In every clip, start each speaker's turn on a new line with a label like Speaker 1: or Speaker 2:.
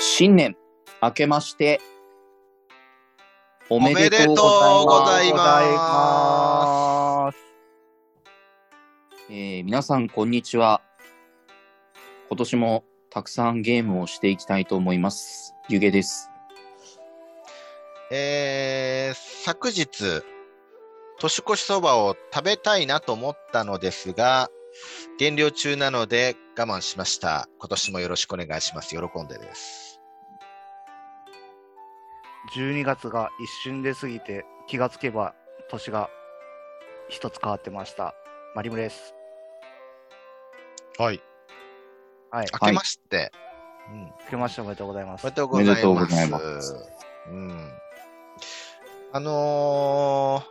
Speaker 1: 新年明けましておめでとうございます。えー皆さん、こんにちは。今年もたくさんゲームをしていきたいと思います。ゆげです。
Speaker 2: えー昨日、年越しそばを食べたいなと思ったのですが、減量中なので我慢しました。今年もよろしくお願いします。喜んでです。
Speaker 3: 12月が一瞬で過ぎて気がつけば年が一つ変わってました。マリムです。
Speaker 2: はい。
Speaker 3: はい。
Speaker 2: 明けまして、うん。
Speaker 3: 明けましておめでとうございま
Speaker 2: お
Speaker 3: す
Speaker 2: めで。とうございます。
Speaker 1: おめでとうございます
Speaker 2: うん。あのー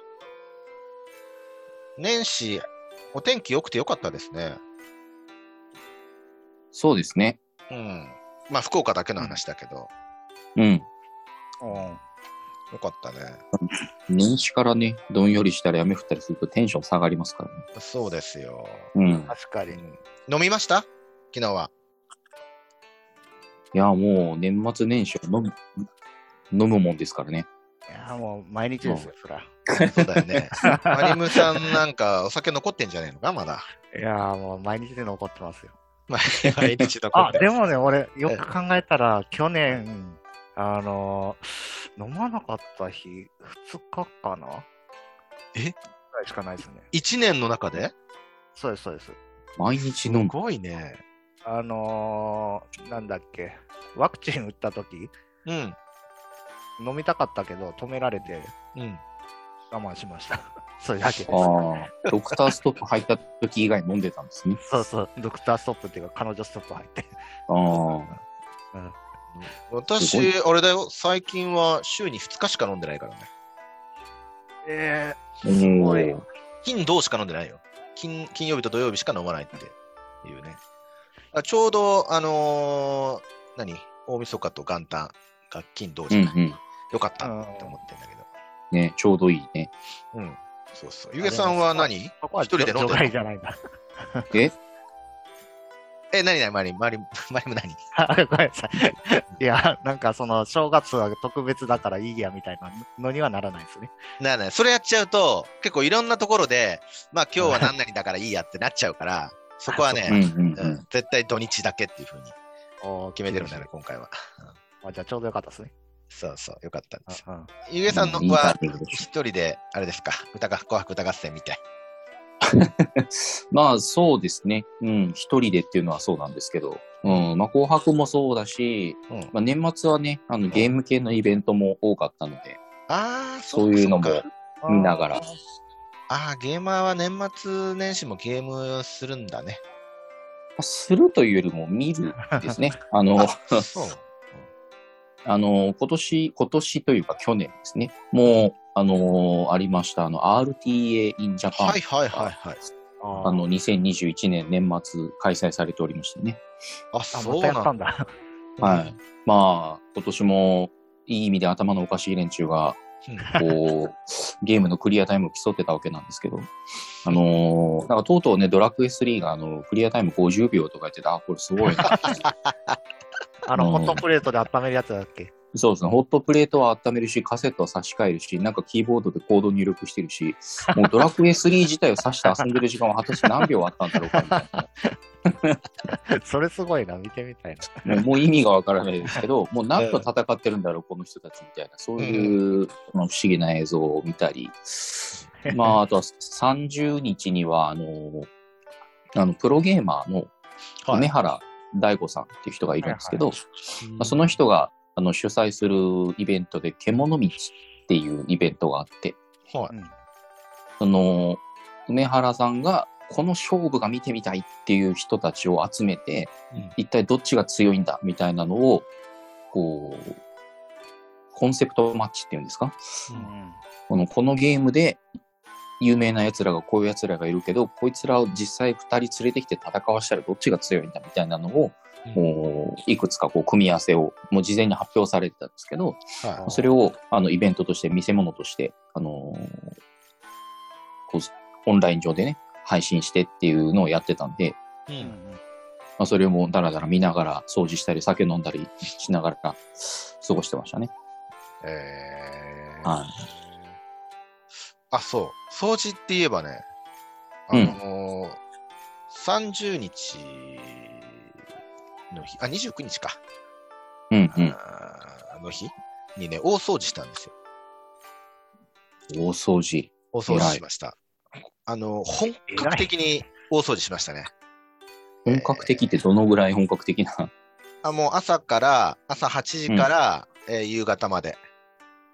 Speaker 2: 年始、お天気良くて良かったですね。
Speaker 1: そうですね。
Speaker 2: うん。まあ、福岡だけの話だけど、
Speaker 1: うん。
Speaker 3: うん
Speaker 2: 良かったね。
Speaker 1: 年始からね、どんよりしたり雨降ったりするとテンション下がりますからね。
Speaker 2: そうですよ。
Speaker 1: うん。
Speaker 3: 確か
Speaker 2: う
Speaker 3: に。
Speaker 2: ん飲みました昨日は。
Speaker 1: いや、もう年末年始は飲む、飲むもんですからね。
Speaker 3: いや、もう毎日ですよ、そら。
Speaker 2: そうだよね。マリムさんなんかお酒残ってんじゃないのかま だ。
Speaker 3: いや、もう毎日で残ってますよ。
Speaker 2: 毎日残っ
Speaker 3: あ、
Speaker 2: て
Speaker 3: で
Speaker 2: る。
Speaker 3: もね、俺、よく考えたら、去年、あのー、飲まなかった日、2日かな
Speaker 2: え
Speaker 3: ぐらいしかないですね。
Speaker 2: 1年の中で
Speaker 3: そうです、そうです。
Speaker 1: 毎日
Speaker 2: す
Speaker 1: 飲む。
Speaker 2: ごいね。
Speaker 3: あのー、なんだっけ、ワクチン打った時
Speaker 2: うん。
Speaker 3: 飲みたかったけど止められて
Speaker 2: うん。
Speaker 3: 我慢し ました。それだけです。
Speaker 1: ああ、ドクターストップ入った時以外飲んでたんですね。
Speaker 3: そうそう、ドクターストップっていうか彼女ストップ入って。
Speaker 1: ああ、すごい
Speaker 2: 私、あれだよ、最近は週に2日しか飲んでないからね。
Speaker 3: え
Speaker 1: おー
Speaker 2: 金、土しか飲んでないよ。金金曜日と土曜日しか飲まないっていうね。あちょうど、あのー何大晦日と元旦が金、土
Speaker 1: う
Speaker 2: じ
Speaker 1: ん
Speaker 2: ゃない、
Speaker 1: うん。
Speaker 2: よかったって思ってんだけど。
Speaker 1: ね、ちょうどいいね。
Speaker 2: うん。そうそう。ゆげさんは何
Speaker 3: そこは
Speaker 2: 一人で飲んでる
Speaker 3: 除外じゃない んだ。
Speaker 1: え
Speaker 2: え、何何マリン、マリン、 マリン何
Speaker 3: あごめんなさい。いや、なんかその正月は特別だからいいやみたいなのにはならないですね。
Speaker 2: なあなあそれやっちゃうと、結構いろんなところで、まあ今日は何々だからいいやってなっちゃうから、そこは
Speaker 1: うん
Speaker 2: ね、
Speaker 1: うんう
Speaker 2: う
Speaker 1: んん。
Speaker 2: 絶対土日だけっていうふうに
Speaker 3: お
Speaker 2: 決めてるんだね
Speaker 3: ね、。
Speaker 2: 今回は。
Speaker 3: あじゃあちょうどよかったですね。
Speaker 2: そうそう、よかったんです。
Speaker 3: うんうん
Speaker 2: ゆげさんの
Speaker 1: いい
Speaker 2: は
Speaker 1: タイミングで
Speaker 2: 一人で、あれですか、歌が紅白歌合戦みたい。
Speaker 1: すまあそうですね。うん、一人でっていうのはそうなんですけど。うん、まあ紅白もそうだし、
Speaker 2: うん
Speaker 1: まあ年末はね、あのゲーム系のイベントも多かったので、
Speaker 2: ああ、
Speaker 1: そういうのも
Speaker 2: そっか
Speaker 1: 見ながら。
Speaker 2: ああ、ゲーマーは年末年始もゲームするんだね。
Speaker 1: するというよりも見るですね。あの、
Speaker 2: あそう。
Speaker 1: あの、今年、今年というか去年ですね。もう、あの、ありました、あの、RTA in Japan。
Speaker 2: はいはいはいはい。
Speaker 3: あ
Speaker 1: あの、2021年年末開催されておりましてね。
Speaker 2: あ、
Speaker 3: あ、
Speaker 2: そ
Speaker 3: ま
Speaker 2: う
Speaker 3: た
Speaker 2: な
Speaker 3: やった
Speaker 2: ん
Speaker 3: んだ。
Speaker 2: だ。
Speaker 1: はい。まあ、今年もいい意味で頭のおかしい連中が、こう、 ゲームのクリアタイムを競ってたわけなんですけど、あのーなんかとうとうね、ドラクエ3があのクリアタイム50秒とか言ってて、あ、これすごいな。
Speaker 3: あの、
Speaker 1: う
Speaker 3: ホ
Speaker 1: ん
Speaker 3: ットプレートで温めるやつだっけ。
Speaker 1: そうですね、ホットプレートは温めるし、カセットは差し替えるし、なんかキーボードでコード入力してるし、もうドラクエ3自体を指して遊んでる時間は果たして何秒あったんだろうかみたいな。
Speaker 3: それすごいな、見てみたいな。
Speaker 1: もうもう意味がわからないですけど、 もう何と戦ってるんだろう、この人たちみたいな、そういうまあ不思議な映像を見た り、まあ、あとは30日には、あの、あのプロゲーマーの
Speaker 2: はい
Speaker 1: 梅原大吾さんっていう人がいるんですけど、
Speaker 2: うん
Speaker 1: まあ、その人があの主催するイベントで、獣道っていうイベントがあって、
Speaker 2: は
Speaker 3: う
Speaker 2: い
Speaker 3: ん
Speaker 1: その、梅原さんが、この勝負が見てみたいっていう人たちを集めて、
Speaker 2: うん
Speaker 1: 一体どっちが強いんだみたいなのを、こう、コンセプトマッチっていうんですか
Speaker 3: うん
Speaker 1: このこのゲームで有名な奴らがこういう奴らがいるけど、こいつらを実際二人連れてきて戦わしたらどっちが強いんだみたいなのを、
Speaker 2: うん
Speaker 1: こういくつかこう組み合わせをもう事前に発表されてたんですけど、
Speaker 2: は
Speaker 1: それをあのイベントとして見せ物として、あのーこうオンライン上でね、配信してっていうのをやってたんで、
Speaker 2: い。う
Speaker 3: うんん
Speaker 1: まあ、それをもうだらだら見ながら掃除したり酒飲んだり しながら過ごしてましたね。
Speaker 2: えー
Speaker 1: はい
Speaker 2: あ、そう。掃除って言えばね、あのー30日の日、あ、29日か、
Speaker 1: うんうん。
Speaker 2: あーの日にね、大掃除したんですよ。
Speaker 1: 大掃除。
Speaker 2: 大掃除しました。あの、本格的に大掃除しましたね。
Speaker 1: 本格的ってどのぐらい本格的な、
Speaker 2: あ、もう朝から、朝8時から、えー夕方まで。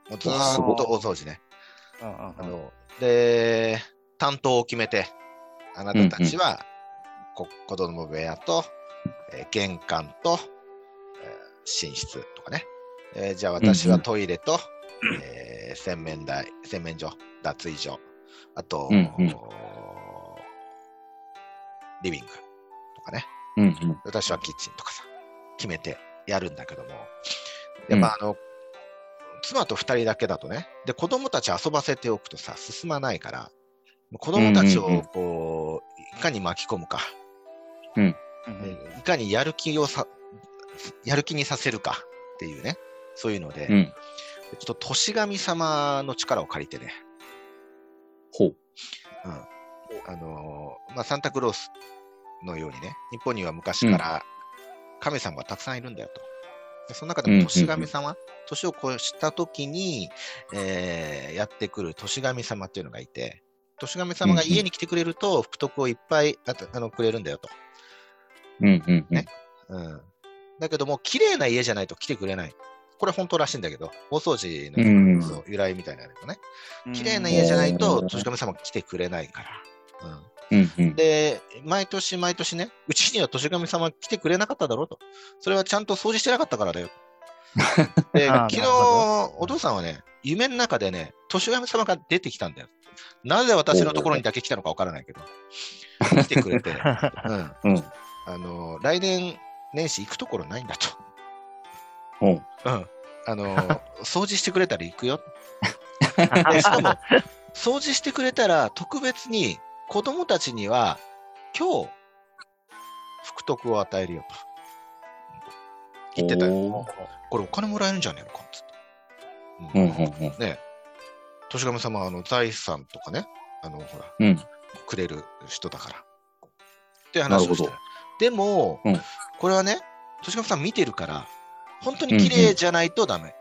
Speaker 2: もうずーっ
Speaker 1: す
Speaker 2: と
Speaker 1: ごい
Speaker 2: 大掃除ね。あ
Speaker 3: うんうんうん
Speaker 2: の、で、担当を決めて、あなたたちは、こ子供部屋と、えー玄関と、えー寝室とかね。えーじゃあ私はトイレと、えー洗面台、洗面所、脱衣所、あと、
Speaker 1: うんうん
Speaker 2: リビングとかね。
Speaker 1: うんうん、
Speaker 2: 私はキッチンとかさ、決めてやるんだけども、やっぱあの、妻と二人だけだとね、で、子供たち遊ばせておくとさ、進まないから、子供たち
Speaker 1: うんうんう
Speaker 2: を
Speaker 1: ん
Speaker 2: こう、いかに巻き込むか、
Speaker 3: うんうん
Speaker 2: いかにやる気をさ、やる気にさせるかっていうね、そういうので、
Speaker 1: うん。
Speaker 2: ちょっと年神様の力を借りてね、
Speaker 1: ほう。
Speaker 2: あのーまあ、サンタクロースのようにね、日本には昔から神様がたくさんいるんだよと。でその中で
Speaker 1: うんうん
Speaker 2: も
Speaker 1: うん
Speaker 2: 年神様、年を越した時に、えーやってくる年神様っていうのがいて、年神様が家に来てくれると、福徳をいっぱいあとあのくれるんだよと。
Speaker 1: うんうんうん。
Speaker 2: ねうん、だけども、綺麗な家じゃないと来てくれない。これ本当らしいんだけど、大掃除
Speaker 1: うん
Speaker 2: の由来みたいなんだけどね。綺麗な家じゃないと、年神様来てくれないから。うん
Speaker 1: うんうん。
Speaker 2: で、毎年毎年ね、うちには年神様来てくれなかっただろうと。それはちゃんと掃除してなかったから だよ。で、
Speaker 3: あ
Speaker 2: 昨
Speaker 3: ー
Speaker 2: 日
Speaker 3: なるほ、ど
Speaker 2: お父さんはね、夢の中でね、年神様が出てきたんだよ。なぜ私のところにだけ来たのかわからないけど、来てく れて、うん、あ
Speaker 1: うん。
Speaker 2: の、来年、年始行くところないんだと。
Speaker 1: ほう。
Speaker 2: うん。あ の、掃除してくれたら行くよ。でしかも、掃除してくれたら特別に子供たちには今日、福徳を与えるよと。言ってたよ。
Speaker 1: よ。
Speaker 2: これお金もらえるんじゃねえのかっつって。
Speaker 1: うんうん
Speaker 2: ね
Speaker 1: うん。
Speaker 2: え。年神様はあの財産とかね、あの、ほら、
Speaker 1: うん
Speaker 2: くれる人だから。っていう話をして
Speaker 1: なるほど
Speaker 2: でも、
Speaker 1: うん
Speaker 2: これはね、年神さん見てるから、本当に綺麗じゃないとダメ。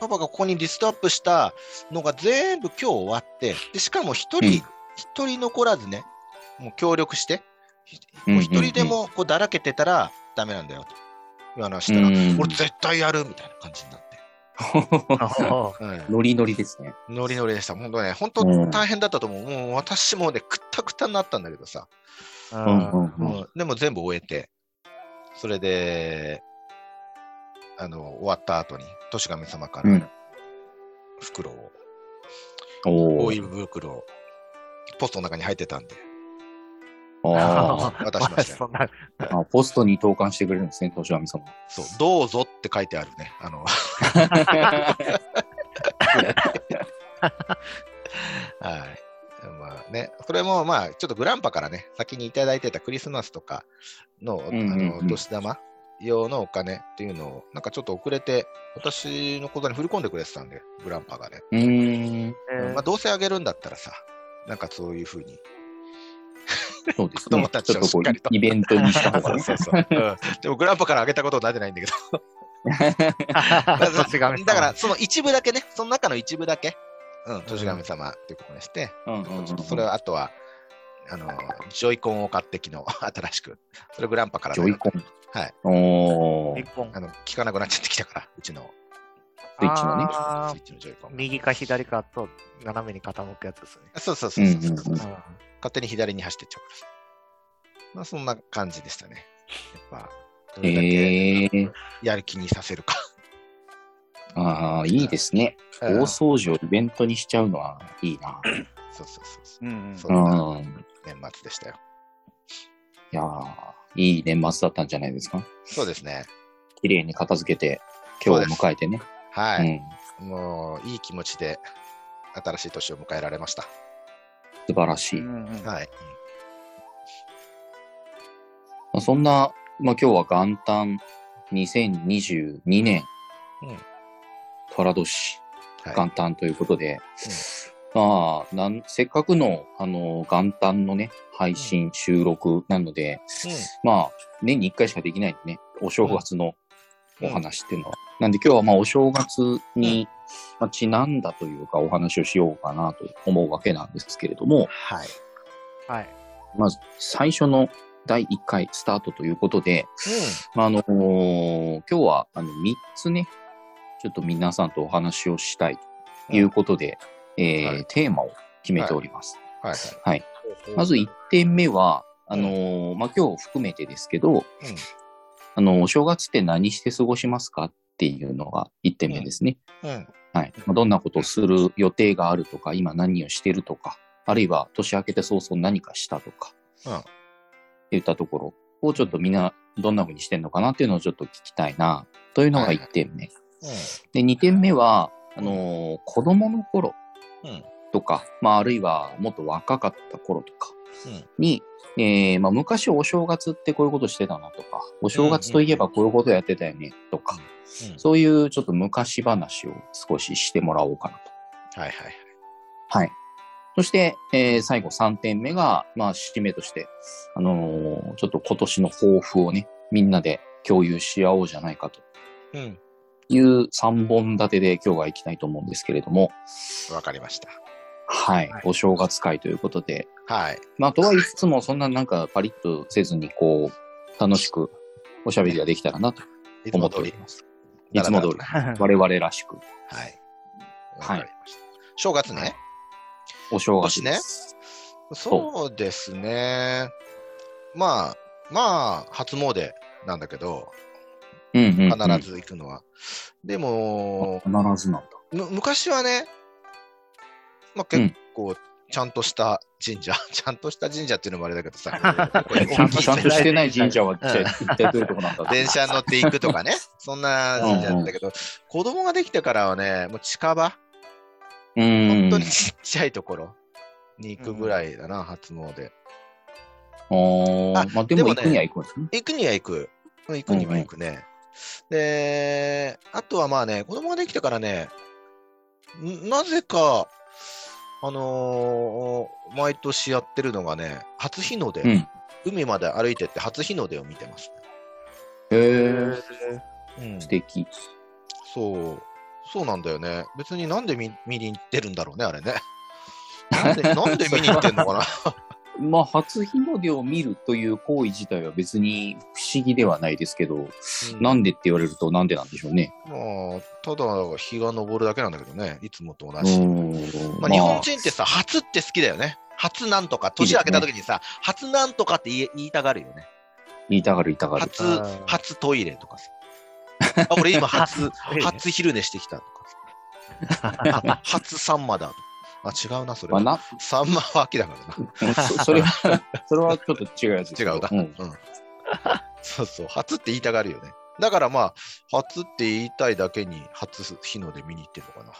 Speaker 2: パパがここにリストアップしたのが全部今日終わって、でしかも一
Speaker 1: うん
Speaker 2: 人、一、人残らずね、もう協力して、ひ
Speaker 1: うん
Speaker 2: もう一人でもこうだらけてたらダメなんだよと。いう話したら、
Speaker 1: うん
Speaker 2: 俺絶対やるみたいな感じになって。
Speaker 3: あ
Speaker 2: うん
Speaker 1: ノリノリですね。
Speaker 2: ノリノリでした。本当ね、本当
Speaker 1: うん
Speaker 2: 大変だったと思う。もう私もね、くったくたになったんだけどさ。
Speaker 3: あ
Speaker 1: う
Speaker 3: うんん
Speaker 1: うんうん。
Speaker 2: でも全部終えて、それで、あの、終わった後に、年神様か
Speaker 1: うん
Speaker 2: ら袋を、
Speaker 1: お
Speaker 2: オイ
Speaker 1: ー
Speaker 2: ル袋を、ポストの中に入ってたんで、
Speaker 1: あ
Speaker 2: 渡しましたよ。
Speaker 3: そんな
Speaker 1: ーあ。ポストに投函してくれるんですね、年神様。
Speaker 2: そう、どうぞって書いてあるね。あの、はい。まあね、それもまあ、ちょっとグランパからね、先にいただいてたクリスマスとかの、
Speaker 1: んうんうん
Speaker 2: あの、お年玉用のお金っていうのを、なんかちょっと遅れて、私の口座に振り込んでくれてたんで、グランパがね。
Speaker 1: うーん。
Speaker 3: え
Speaker 2: まあ、どうせあげるんだったらさ、なんかそういうふうに。
Speaker 1: そうです
Speaker 2: 子供
Speaker 1: ね。
Speaker 2: たちを
Speaker 1: ちょっとこ
Speaker 2: しっかりと
Speaker 1: う、イベントにした方がね。
Speaker 2: そうそううんでも、グランパからあげたことになってないんだけど。
Speaker 3: ー年神様
Speaker 2: だから、その一部だけね、その中の一部だけ、うん、年神様っていうことにして、
Speaker 1: うんうんうん
Speaker 2: ちょっとそれはあとは、あの、ジョイコンを買って昨日、 新しく。それグランパから
Speaker 1: ジ
Speaker 2: だ
Speaker 1: ョ
Speaker 2: よ
Speaker 1: イコン。
Speaker 2: はい。
Speaker 1: おー
Speaker 3: 一。本
Speaker 2: あの、聞かなくなっちゃってきたから、うちの、
Speaker 1: スイッチのね
Speaker 3: あ
Speaker 2: スイッ
Speaker 3: ー
Speaker 2: チのジョイコンが。
Speaker 3: 右か左かと斜めに傾くやつですね。
Speaker 2: そうそうそうそうそう、
Speaker 1: うんうんうん
Speaker 3: うん
Speaker 2: 勝手に左に走ってっちゃうからさ。まあ、そんな感じでしたね。やっぱ、どれだけ
Speaker 1: えー。
Speaker 2: やる気にさせるか。
Speaker 1: ああ、いいですね。大
Speaker 2: うんそう
Speaker 1: 掃除をイベントにしちゃうのはいいな。
Speaker 2: そうそうそう。
Speaker 3: うんうん
Speaker 2: そううだ
Speaker 1: ん。
Speaker 2: 年末でしたよ。
Speaker 1: いやーいい年末だったんじゃないですか。
Speaker 2: そうですね。
Speaker 1: 綺麗に片付けて、今日を迎えてね。
Speaker 2: は
Speaker 1: う
Speaker 2: い。
Speaker 1: ん。
Speaker 2: もう、いい気持ちで、新しい年を迎えられました。
Speaker 1: 素晴らし
Speaker 3: う
Speaker 1: い。ま
Speaker 3: んうん
Speaker 2: はい。
Speaker 1: あ、そんなまあ今日は元旦2022年、
Speaker 2: うん
Speaker 1: 寅年
Speaker 2: はい
Speaker 1: 元旦ということで、まあなんせっかくのあの元旦のね配信、収録なので、まあ年に1回しかできないんでねお正月のお話っていうのは、なんで今日はまあお正月に、まあ、ちなんだというかお話をしようかなと思うわけなんですけれども
Speaker 2: はい。
Speaker 3: はい。
Speaker 1: まず最初の第1回スタートということで、まああのー今日はあの3つね、ちょっと皆さんとお話をしたいということで、えー
Speaker 2: はい
Speaker 1: テーマを決めております。
Speaker 2: うん。はい。
Speaker 1: はい。まず1点目は、あのーまあ、今日含めてですけど、あのお正月って何して過ごしますかっていうのが1点目ですね。
Speaker 2: うん。
Speaker 1: はい。まあ、どんなことをする予定があるとか、今何をしてるとか、あるいは年明けて早々何かしたとか、
Speaker 2: うん
Speaker 1: っていったところをちょっとみんなどんな風にしてんのかなっていうのをちょっと聞きたいな、というのが1点目。で、2点目は、あのー子供の頃
Speaker 2: うん。うん。
Speaker 1: とか、まあ、あるいはもっと若かった頃とか
Speaker 2: うん
Speaker 1: に、えーまあ、昔お正月ってこういうことしてたなとか、お正月といえばこういうことやってたよねとか、そういうちょっと昔話を少ししてもらおうかなと。
Speaker 2: はいはい。
Speaker 1: はい。そして、えー最後3点目が、まあ、節目として、あのーちょっと今年の抱負をね、みんなで共有し合おうじゃないかと
Speaker 2: うん。
Speaker 1: いう3本立てで今日は行きたいと思うんですけれども、
Speaker 2: わかりました。
Speaker 1: はい
Speaker 3: はい。
Speaker 1: お正月会ということで、
Speaker 2: はい。
Speaker 1: まあ、とは言いつつも、そんななんかパリッとせずに、こう、楽しくおしゃべりができたらなと
Speaker 2: いつ
Speaker 1: 思
Speaker 2: も
Speaker 1: ってお
Speaker 2: 通り
Speaker 1: り。ます。い
Speaker 2: い
Speaker 1: つも通り。我々らしく、
Speaker 2: はい。
Speaker 1: はい
Speaker 2: わかりました。正月ね。
Speaker 1: お正月です。
Speaker 2: そうですね。まあ、まあ、初詣なんだけど、
Speaker 1: うんうん、うん。
Speaker 2: 必ず行くのは。でも、
Speaker 1: あ。必ずなんだ。
Speaker 2: む昔はね、まあ、
Speaker 1: うん
Speaker 2: 結構、ちゃんとした神社、 ちゃんとした神社っていうのもあれだけ どさ、これ
Speaker 1: ちゃん とちゃんとしてない神社は一体
Speaker 2: うん
Speaker 1: 一体どういうとこ なんだろう
Speaker 2: 電車に乗って行くとかね、そんな神社だったけど、子供ができてからはね、もう近場、
Speaker 1: 本
Speaker 2: 本当にちっちゃいところに行くぐらいだな、初詣。
Speaker 1: あーまあ、でも行
Speaker 2: でもね
Speaker 1: くには行くんですね。
Speaker 2: 行くには行く。行くには行くね。で、あとはまあね、子供ができてからね、んなぜか、あのー毎年やってるのがね、初日の出、
Speaker 1: うん。
Speaker 2: 海まで歩いてって初日の出を見てます、
Speaker 1: へえ、
Speaker 2: うん
Speaker 1: 素敵。
Speaker 2: そう。そうなんだよね。別になんで見見に行ってるんだろうね、あれ ね。なんでなんで見に行ってんのかな。
Speaker 1: まあ、初日の出を見るという行為自体は別に不思議ではないですけど、 なんでって言われるとなんでなんでしょうね。
Speaker 2: まあ、ただ日が昇るだけなんだけどね、いつもと同
Speaker 1: う
Speaker 2: じ。
Speaker 1: ん
Speaker 2: まあ、日本人ってさ、初って好きだよね。初なんとか、年明けた時にさ、初なんとかって言い言いたがるよね。
Speaker 1: 言いたがる言いたがる。
Speaker 2: 初
Speaker 3: うん、
Speaker 2: 初トイレとかさ。あ俺今初、初昼寝してきたとかさ。あ 初サンマだと。あ、違うな、それ
Speaker 1: まあ、
Speaker 2: は。
Speaker 1: な
Speaker 2: サンマは秋だからな。
Speaker 1: そそれは、それはちょっと違うやつです
Speaker 2: 違うな。
Speaker 1: ん
Speaker 2: うん。そうそう、初って言いたがるよね。だからまあ、初って言いたいだけに、初日の出見に行ってるのかな。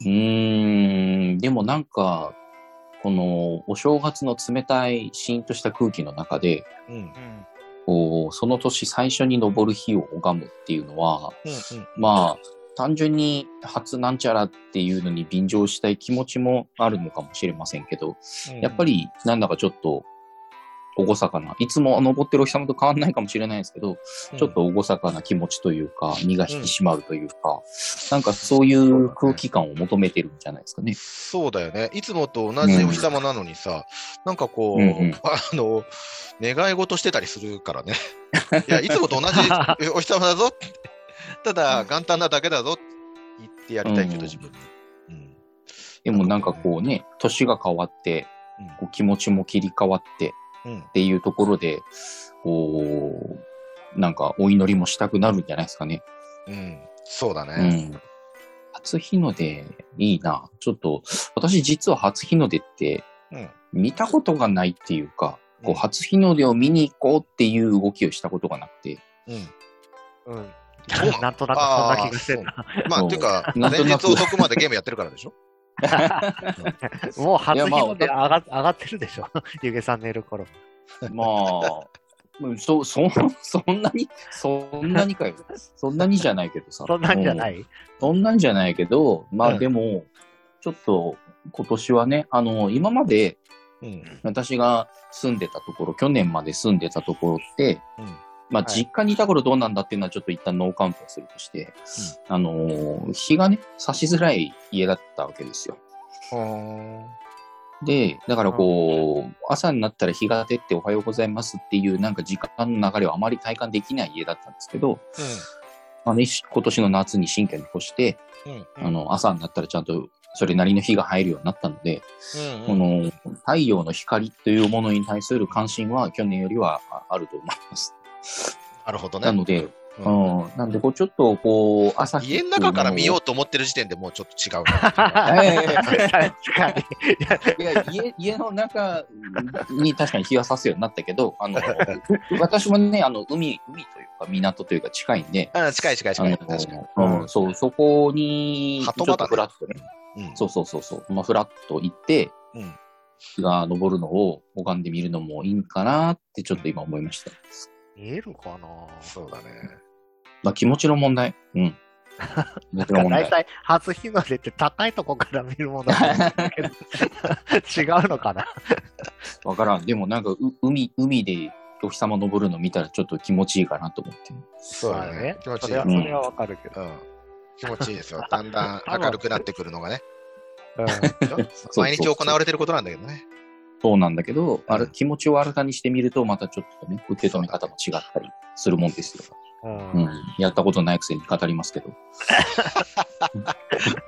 Speaker 1: うーん、でもなんか、このお正月の冷たいシーンとした空気の中で、
Speaker 2: うん。うん
Speaker 3: うん
Speaker 1: こうその年最初に昇る日を拝むっていうのは、
Speaker 2: うん。
Speaker 1: まあ、単純に初なんちゃらっていうのに便乗したい気持ちもあるのかもしれませんけど、やっぱりなんだかちょっと、厳かな、いつも登ってるお日様と変わんないかもしれないですけど、
Speaker 2: うん、
Speaker 1: ちょっと厳かな気持ちというか、身が引き締まるというか、なんかそういう空気感を求めてるんじゃないですかね。
Speaker 2: そうだよね。いつもと同じお日様なのにさ、なんかこう、
Speaker 1: うんうん
Speaker 2: あの、願い事してたりするからね。 いや、いつ もと同じえお日様だぞって。ただ、元旦なだけだぞって言ってやりたいけ
Speaker 1: うん
Speaker 2: ど、自分に。うん。
Speaker 1: でもなんかこうね、年が変わって、こう気持ちも切り替わって、
Speaker 2: うん。うん
Speaker 1: っていうところで、こう、なんかお祈りもしたくなるんじゃないですかね。
Speaker 2: うん。そうだ
Speaker 1: う
Speaker 2: ね。
Speaker 1: ん。初日の出、いいな。ちょっと、私実は初日の出って
Speaker 2: うん。
Speaker 1: 見たことがないっていうか、こう
Speaker 2: う
Speaker 1: ん初日の出を見に行こうっていう動きをしたことがなくて、
Speaker 2: うん。
Speaker 3: うん
Speaker 2: そうな。
Speaker 3: なんとなくそん
Speaker 2: あ
Speaker 3: な気
Speaker 2: あ
Speaker 3: がしてる
Speaker 2: そうまあ、
Speaker 1: そう
Speaker 2: ていうか、
Speaker 1: な
Speaker 2: 前
Speaker 1: んとな
Speaker 2: 日
Speaker 1: く
Speaker 2: 遅くまでゲームやってるからでしょ
Speaker 3: もう初日
Speaker 1: いやまあ
Speaker 3: の出上が上がってるでしょ、ゆげさん寝る頃。
Speaker 1: まあ、 うん そそそんなに、そんなに かよ。そんなにじゃないけどさ。
Speaker 3: そんなんじゃな
Speaker 1: う
Speaker 3: い
Speaker 1: そんなんじゃないけど、ま
Speaker 2: う
Speaker 1: あ
Speaker 2: ん
Speaker 1: でも、ちょっと今年はね、あの、今まで
Speaker 2: うん。
Speaker 1: 私が住んでたところ、去年まで住んでたところって、
Speaker 2: うん。
Speaker 1: まあ
Speaker 3: はい
Speaker 1: 実家にいた頃どうなんだっていうのはちょっと一旦ノーカウントするとして、あのー日がね、差しづらい家だったわけですよ。
Speaker 2: ほ
Speaker 1: で、だからこう、朝になったら日が出ておはようございますっていうなんか時間の流れをあまり体感できない家だったんですけど、
Speaker 2: ー
Speaker 1: まあね、し今年の夏に新居に越して、
Speaker 2: うん。うん。
Speaker 1: あの、朝になったらちゃんとそれなりの日が入るようになったので、
Speaker 2: うん、
Speaker 1: この太陽の光というものに対する関心は去年よりはああると思います。
Speaker 2: なるほどね。
Speaker 1: なので、
Speaker 2: う
Speaker 1: うんん、なんでこうちょっとこう、朝日
Speaker 2: 家の中から見 ようと思ってる時点でもうちょっと違うな。
Speaker 1: いやいやいや
Speaker 3: 確かに。
Speaker 1: いや家家の中に確かに日が差すようになったけど、あ の私もねあの海、海というか港というか近いんで、
Speaker 2: うん、近い近い
Speaker 1: あ
Speaker 2: 近い。
Speaker 1: の
Speaker 2: 確かに。
Speaker 1: うん、そうそこにち
Speaker 2: 鳩
Speaker 1: ょ
Speaker 2: 場
Speaker 1: っと
Speaker 2: だね
Speaker 1: フラッとね、
Speaker 2: うん。
Speaker 1: そうそうそうそう、まあ、フラッと行って、
Speaker 2: うん
Speaker 1: 日が昇るのを拝んでみるのもいいんかなってちょっと今思いました。
Speaker 3: 見えるかな
Speaker 2: そうだね。
Speaker 1: まあ、気持ちの問題。うん。気持ちの問
Speaker 3: だ
Speaker 1: 題
Speaker 3: い。たい初日の出って高いとこから見るものなんだけど違うのかな
Speaker 1: わからん。でもなんかう、海、海でお日様昇るの見たらちょっと気持ちいいかなと思って。
Speaker 2: そうだね。気
Speaker 3: ま
Speaker 2: 持
Speaker 3: あ
Speaker 2: ちい
Speaker 3: そ
Speaker 2: い
Speaker 3: れは
Speaker 2: よ。
Speaker 3: それはわかるけど。
Speaker 2: うん。気持ちいいですよ。だんだん明るくなってくるのがね。
Speaker 3: うん
Speaker 1: そう
Speaker 2: 毎日行われてることなんだけどね。
Speaker 1: そうなんだけど、あれ
Speaker 2: うん
Speaker 1: 気持ちを新たにしてみると、またちょっとね、受け止め方も違ったりするもんですよ。
Speaker 3: う
Speaker 1: うんん。やったことないくせに語りますけど。
Speaker 2: も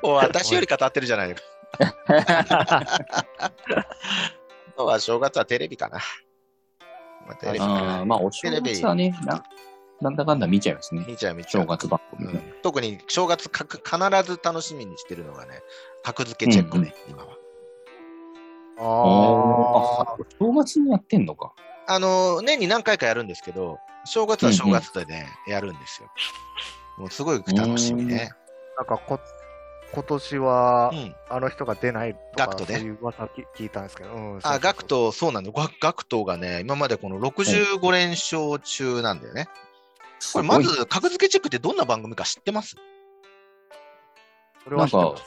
Speaker 2: う私より語ってるじゃないの。あとは正月はテレビかな。まあ、テレビか
Speaker 1: あー
Speaker 2: な。
Speaker 1: まあ、お正月はねな、なんだかんだ見ちゃいますね。
Speaker 2: 見ちゃう見ちゃ
Speaker 1: 正
Speaker 2: う。
Speaker 1: 月番組
Speaker 2: う
Speaker 1: ね、
Speaker 2: ん、特に正月かく必ず楽しみにしてるのがね、格付けチェックね、今は。
Speaker 1: おー
Speaker 3: あ
Speaker 1: あ正月にやってんのか。
Speaker 2: あの、年に何回かやるんですけど、正月は正月でね、やるんですよ。もうすごい楽しみね。
Speaker 3: ーなんかこ今年は
Speaker 2: うん。
Speaker 3: あの人が出ないと
Speaker 2: ガク
Speaker 3: か
Speaker 2: ト
Speaker 3: そ
Speaker 2: ね
Speaker 3: ういう噂き聞いたんですけど。うん
Speaker 2: あ、ガク。ト、そうなんだ。ガガクトがね、今までこの65連勝中なんだよね。これ、まず、格付けチェックってどんな番組か知ってます
Speaker 3: そうそうそれは知ってます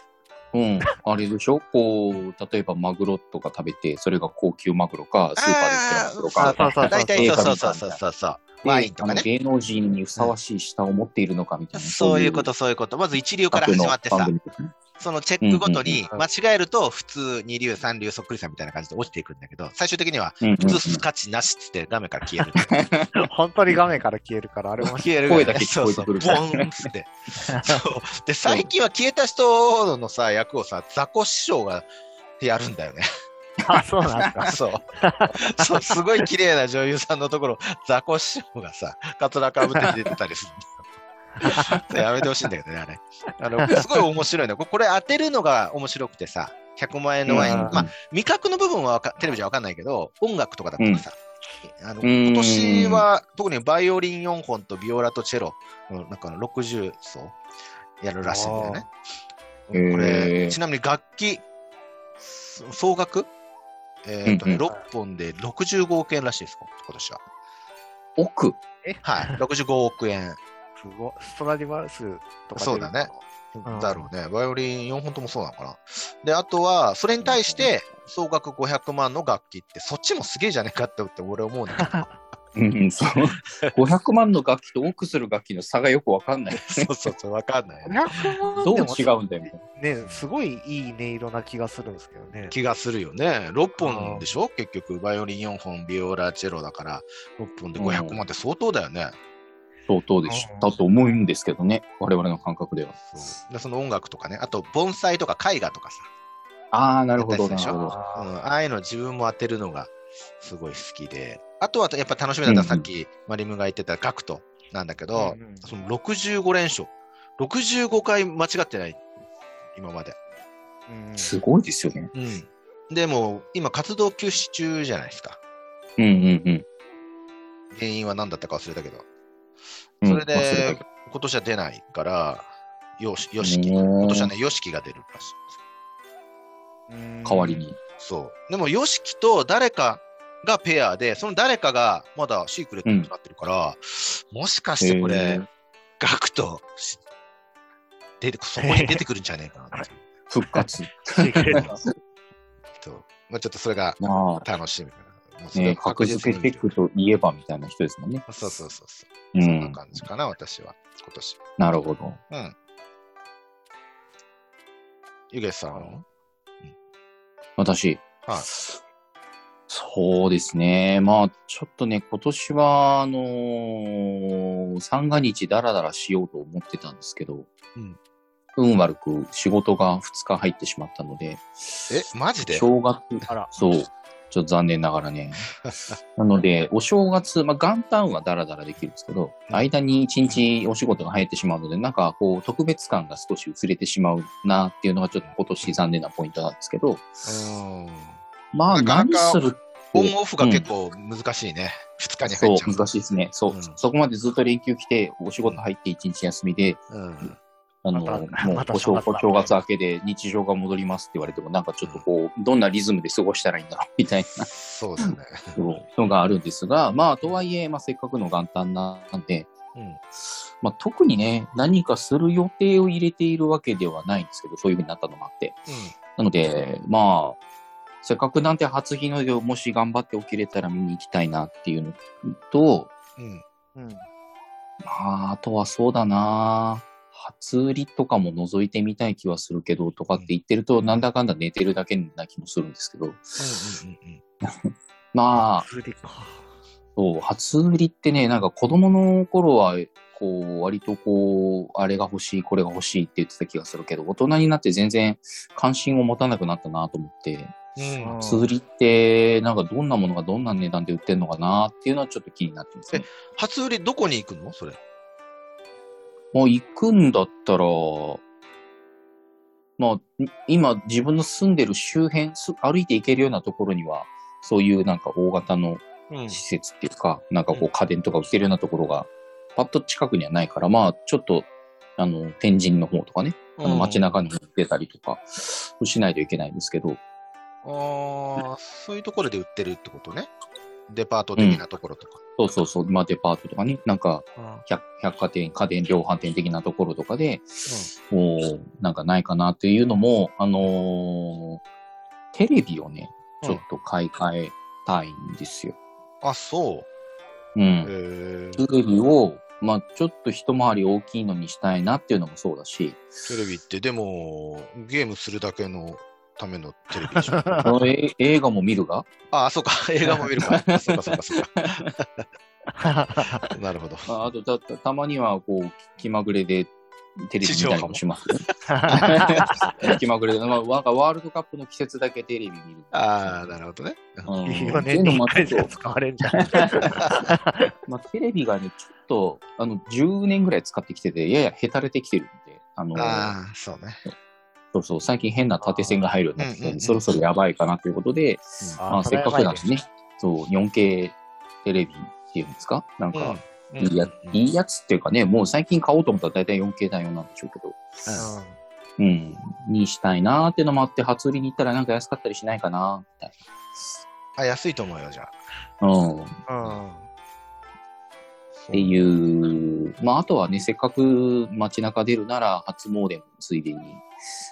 Speaker 1: うん、あれでしょこう、例えばマグロとか食べて、それが高級マグロか、スーパーで売ってるマグロ
Speaker 3: あーそうそう
Speaker 1: か、
Speaker 3: そう
Speaker 2: 大体、
Speaker 1: 映
Speaker 2: そう
Speaker 1: 画
Speaker 2: そう
Speaker 1: みた
Speaker 2: そ
Speaker 1: いうな
Speaker 2: そうそうそう。ワインとか
Speaker 1: あの
Speaker 2: ね。
Speaker 1: 芸能人にふさわしい舌を持っているのかみたいな。
Speaker 2: そういうこと、そういうこと。まず一流から始まってさ、そのチェックごとに
Speaker 3: うんうんうん
Speaker 2: 間違えると、普通二流、三流、そっくりさんみたいな感じで落ちていくんだけど、最終的には、
Speaker 1: 普
Speaker 2: 普通価値なしっつって画面から消える。
Speaker 3: 本当に画面から消えるから、あれも
Speaker 2: 消える
Speaker 1: 声だけ聞こえてくる
Speaker 2: そうそうボーンっつって。そう。で、最近は消えた人のさ、役をさ、雑魚師匠がやるんだよね。
Speaker 3: あ、そうなん ですか。
Speaker 2: そう。そう、すごい綺麗な女優さんのところ、雑魚師匠がさ、カツラかぶって出てたりするんだよ それやめてほしいんだけどね、あれ。あの、すごい面白いの。ここれ当てるのが面白くてさ、100万円のワイン。
Speaker 3: うん
Speaker 2: まあ、味覚の部分はわかテレビじゃわかんないけど、音楽とかだったらさ、あの
Speaker 1: うん
Speaker 2: 今年は特にバイオリン4本とビオラとチェロのなんかの60奏やるらしいんだよね。
Speaker 1: こ
Speaker 2: これ、ちなみに楽器、そ総額、えーとね
Speaker 1: うんう
Speaker 2: 6本で65億円らしいです、今年は。
Speaker 1: 奥。
Speaker 2: はい、65億円。
Speaker 3: すごいストラディバルスとか出るの
Speaker 2: そうだ
Speaker 3: かな。
Speaker 2: ね
Speaker 3: うん
Speaker 2: だろうね。バイオリン4本ともそうなのかな。で、あとは、それに対して、総額500万の楽器って、そっちもすげえじゃねえかって俺思う んだけど。
Speaker 1: うん、 そう。500万の楽器と奥する楽器の差がよくわかんない。
Speaker 2: そうそうそう、わかんないよね。
Speaker 3: 500万
Speaker 1: どう
Speaker 3: で
Speaker 1: 違
Speaker 3: も
Speaker 1: うんだよ、みたい
Speaker 3: ね、すごいいい音色な気がするんですけどね。
Speaker 2: 気がするよね。6本でしょ結局、バイオリン4本、ビオラ、チェロだから、6本で500万って相当だよね。
Speaker 1: な。相当でしたと思うんですけどね。我々の感覚では。
Speaker 2: でその音楽とかね、あと盆栽とか絵画とかさ、
Speaker 1: ああ、なるほど、
Speaker 2: やった
Speaker 1: な
Speaker 2: り
Speaker 1: る
Speaker 2: す
Speaker 1: ほ
Speaker 2: るでしょ
Speaker 1: ど。
Speaker 2: うん
Speaker 3: あ
Speaker 2: ああいうの自分も当てるのがすごい好きで、あとはやっぱ楽しみなのはさっきマリムが言ってたガクトなんだけ
Speaker 3: ー
Speaker 2: ど、その65連勝、65回間違ってない、今まで。
Speaker 3: うんうん
Speaker 1: すごいですよね。
Speaker 2: うん、でも、今、活動休止中じゃないですか。
Speaker 1: うんうん
Speaker 2: 原因は何だったか忘れたけど。
Speaker 1: うん。
Speaker 2: それ
Speaker 1: うん忘れ
Speaker 2: で
Speaker 1: た、
Speaker 2: 今年は出ないから、よし、よしき、
Speaker 1: うーん
Speaker 2: 今年はね、よしきが出るらしいんで
Speaker 3: うん
Speaker 1: 代わりに。
Speaker 2: す。そう。でも、よしきと誰かがペアで、その誰かがまだシークレットになってるから、もしかしてこ
Speaker 1: へ
Speaker 2: れ
Speaker 1: ー、
Speaker 2: ガクとし出て、そこに出てくるんじゃねえかなっていう
Speaker 1: 復活。
Speaker 3: シークレット。
Speaker 2: と、まあ、ちょっとそれが
Speaker 1: ま あ、
Speaker 2: 楽しみかな。もうそれ
Speaker 1: ね、
Speaker 2: は
Speaker 1: 格付け
Speaker 2: に
Speaker 1: チェックといえばみたいな人ですもんね。
Speaker 2: そうそうそうそう。
Speaker 1: う。
Speaker 2: そんなん感じかな、私は、今年。
Speaker 1: なるほど。
Speaker 2: うん。ゆげさんは
Speaker 1: 私。
Speaker 2: はい
Speaker 1: そうですね。まあ、ちょっとね、今年は、あのー三が日ダラダラしようと思ってたんですけど、
Speaker 2: うん
Speaker 1: 運悪く仕事が2日入ってしまったので、
Speaker 2: え、マジで
Speaker 1: 正月、
Speaker 3: あら、
Speaker 1: そう、ちょっと残念ながら ね。なので、お正月、まあ、元旦はダラダラできるんですけど、
Speaker 2: うん
Speaker 1: 間に一日お仕事が入ってしまうので、なんかこう、特別感が少し薄れてしまうなっていうのが、ちょっと今年残念なポイントなんですけど、
Speaker 2: うん。
Speaker 1: まあ、
Speaker 2: なかな
Speaker 1: 何
Speaker 2: か
Speaker 1: する
Speaker 2: オンオフが結構難しいね。2日に
Speaker 1: そ
Speaker 2: 入
Speaker 1: う
Speaker 2: っちゃう。、
Speaker 1: 難しいですね。そう、
Speaker 2: うん
Speaker 1: そこまでずっと連休来て、お仕事入って一日休みで、
Speaker 2: うん。
Speaker 1: あの、
Speaker 3: また
Speaker 1: もう
Speaker 3: また
Speaker 1: お正
Speaker 3: 正月だ
Speaker 1: お正月明けで日常が戻りますって言われても、なんかちょっとこう、どんなリズムで過ごしたらいいんだろうみたい
Speaker 2: そうだね。
Speaker 1: なのがあるんですが、まあ、とはいえ、まあ、せっかくの元旦なんで、
Speaker 2: うん。
Speaker 1: まあ、特にね、何かする予定を入れているわけではないんですけど、そういうふうになったのもあって。なので、まあ、せっかくなんて初日の出をもし頑張って起きれたら見に行きたいなっていうのと、
Speaker 2: うん。うん。
Speaker 3: うん、
Speaker 1: まあ、あとはそうだな。初売りとかも覗いてみたい気はするけど、とかって言ってると、なんだかんだ寝てるだけな気もするんですけど。まあ、
Speaker 3: それでか。
Speaker 1: そう、初売りってね、なんか子供の頃は、こう、割とこう、あれが欲しい、これが欲しいって言ってた気がするけど、大人になって全然関心を持たなくなったなと思って、
Speaker 2: うんうん。
Speaker 1: 初売りって、なんかどんなものがどんな値段で売ってるのかなっていうのはちょっと気になってますね。
Speaker 2: 初売りどこに行くのそれ。
Speaker 1: もう行くんだったら、まあ、い今自分の住んでる周辺、す歩いて行けるようなところには、そういうなんか大型の
Speaker 2: うん
Speaker 1: 施設っていうか、なんかこ
Speaker 2: う
Speaker 1: う家電とか売ってるようなところが、パッと近くにはないから、まあ、ちょっと、あの、天神の方とかね、あの街中に売ってたりとか、しないといけないんですけど、
Speaker 2: ああ、そういうところで売ってるってことね。デパート的なところとか。
Speaker 1: そうそうそう、まあデパートとかね、なんか百百貨店、家電量販店的なところとかで、もうなんかないかなというのも、あのーテレビをね、ちょっと買い替えたいんですよ。
Speaker 2: あ、そう
Speaker 1: ん。
Speaker 2: う。へー
Speaker 1: テレビを、まあちょっと一回り大きいのにしたいなっていうのもそうだし、
Speaker 2: テレビって、でも、ゲームするだけのためのテレビで しょ。
Speaker 1: あのえ映画も見るが、
Speaker 2: ああ、そうか。映画も見 るか。そうか、そうか、そうか。なるほど。
Speaker 1: ああとだたたまにはこう気まぐれでテレビ見たりもします。 気まぐれで、まあ、なんかワールドカップの季節だけテレビ見る。
Speaker 2: ああ、なるほどね。
Speaker 1: うん
Speaker 3: 4
Speaker 1: ってい
Speaker 3: 年
Speaker 1: うの
Speaker 3: に
Speaker 1: も
Speaker 3: 1
Speaker 1: あ
Speaker 3: 回
Speaker 1: っ
Speaker 3: してか使われんじゃん。
Speaker 1: まあ、テレビがね、ちょっと、あの、10年ぐらい使ってきてて、ややへたれてきてるんで、あの、
Speaker 2: ああ、そうね。
Speaker 1: そうそう、最近変な縦線が入るようになってき
Speaker 2: うんうんう
Speaker 1: て、
Speaker 2: ん
Speaker 1: そろそろやばいかなということで、まあ、せっかくなんでね、そう、4K テレビっていうんですかなんか、
Speaker 2: うん
Speaker 1: いいや、
Speaker 2: うん
Speaker 1: いいやつっていうかね、もう最近買おうと思ったら大体 4K 対応なんでしょうけど、
Speaker 2: うん
Speaker 1: うん、にしたいなーっていうのもあって、初売りに行ったらなんか安かったりしないかなーみたい
Speaker 2: あ、安いと思うよ、じゃあ。
Speaker 1: な。うん。
Speaker 3: うん。
Speaker 1: っていう、まあ、あとはね、せっかく街中出るなら、初詣もついでに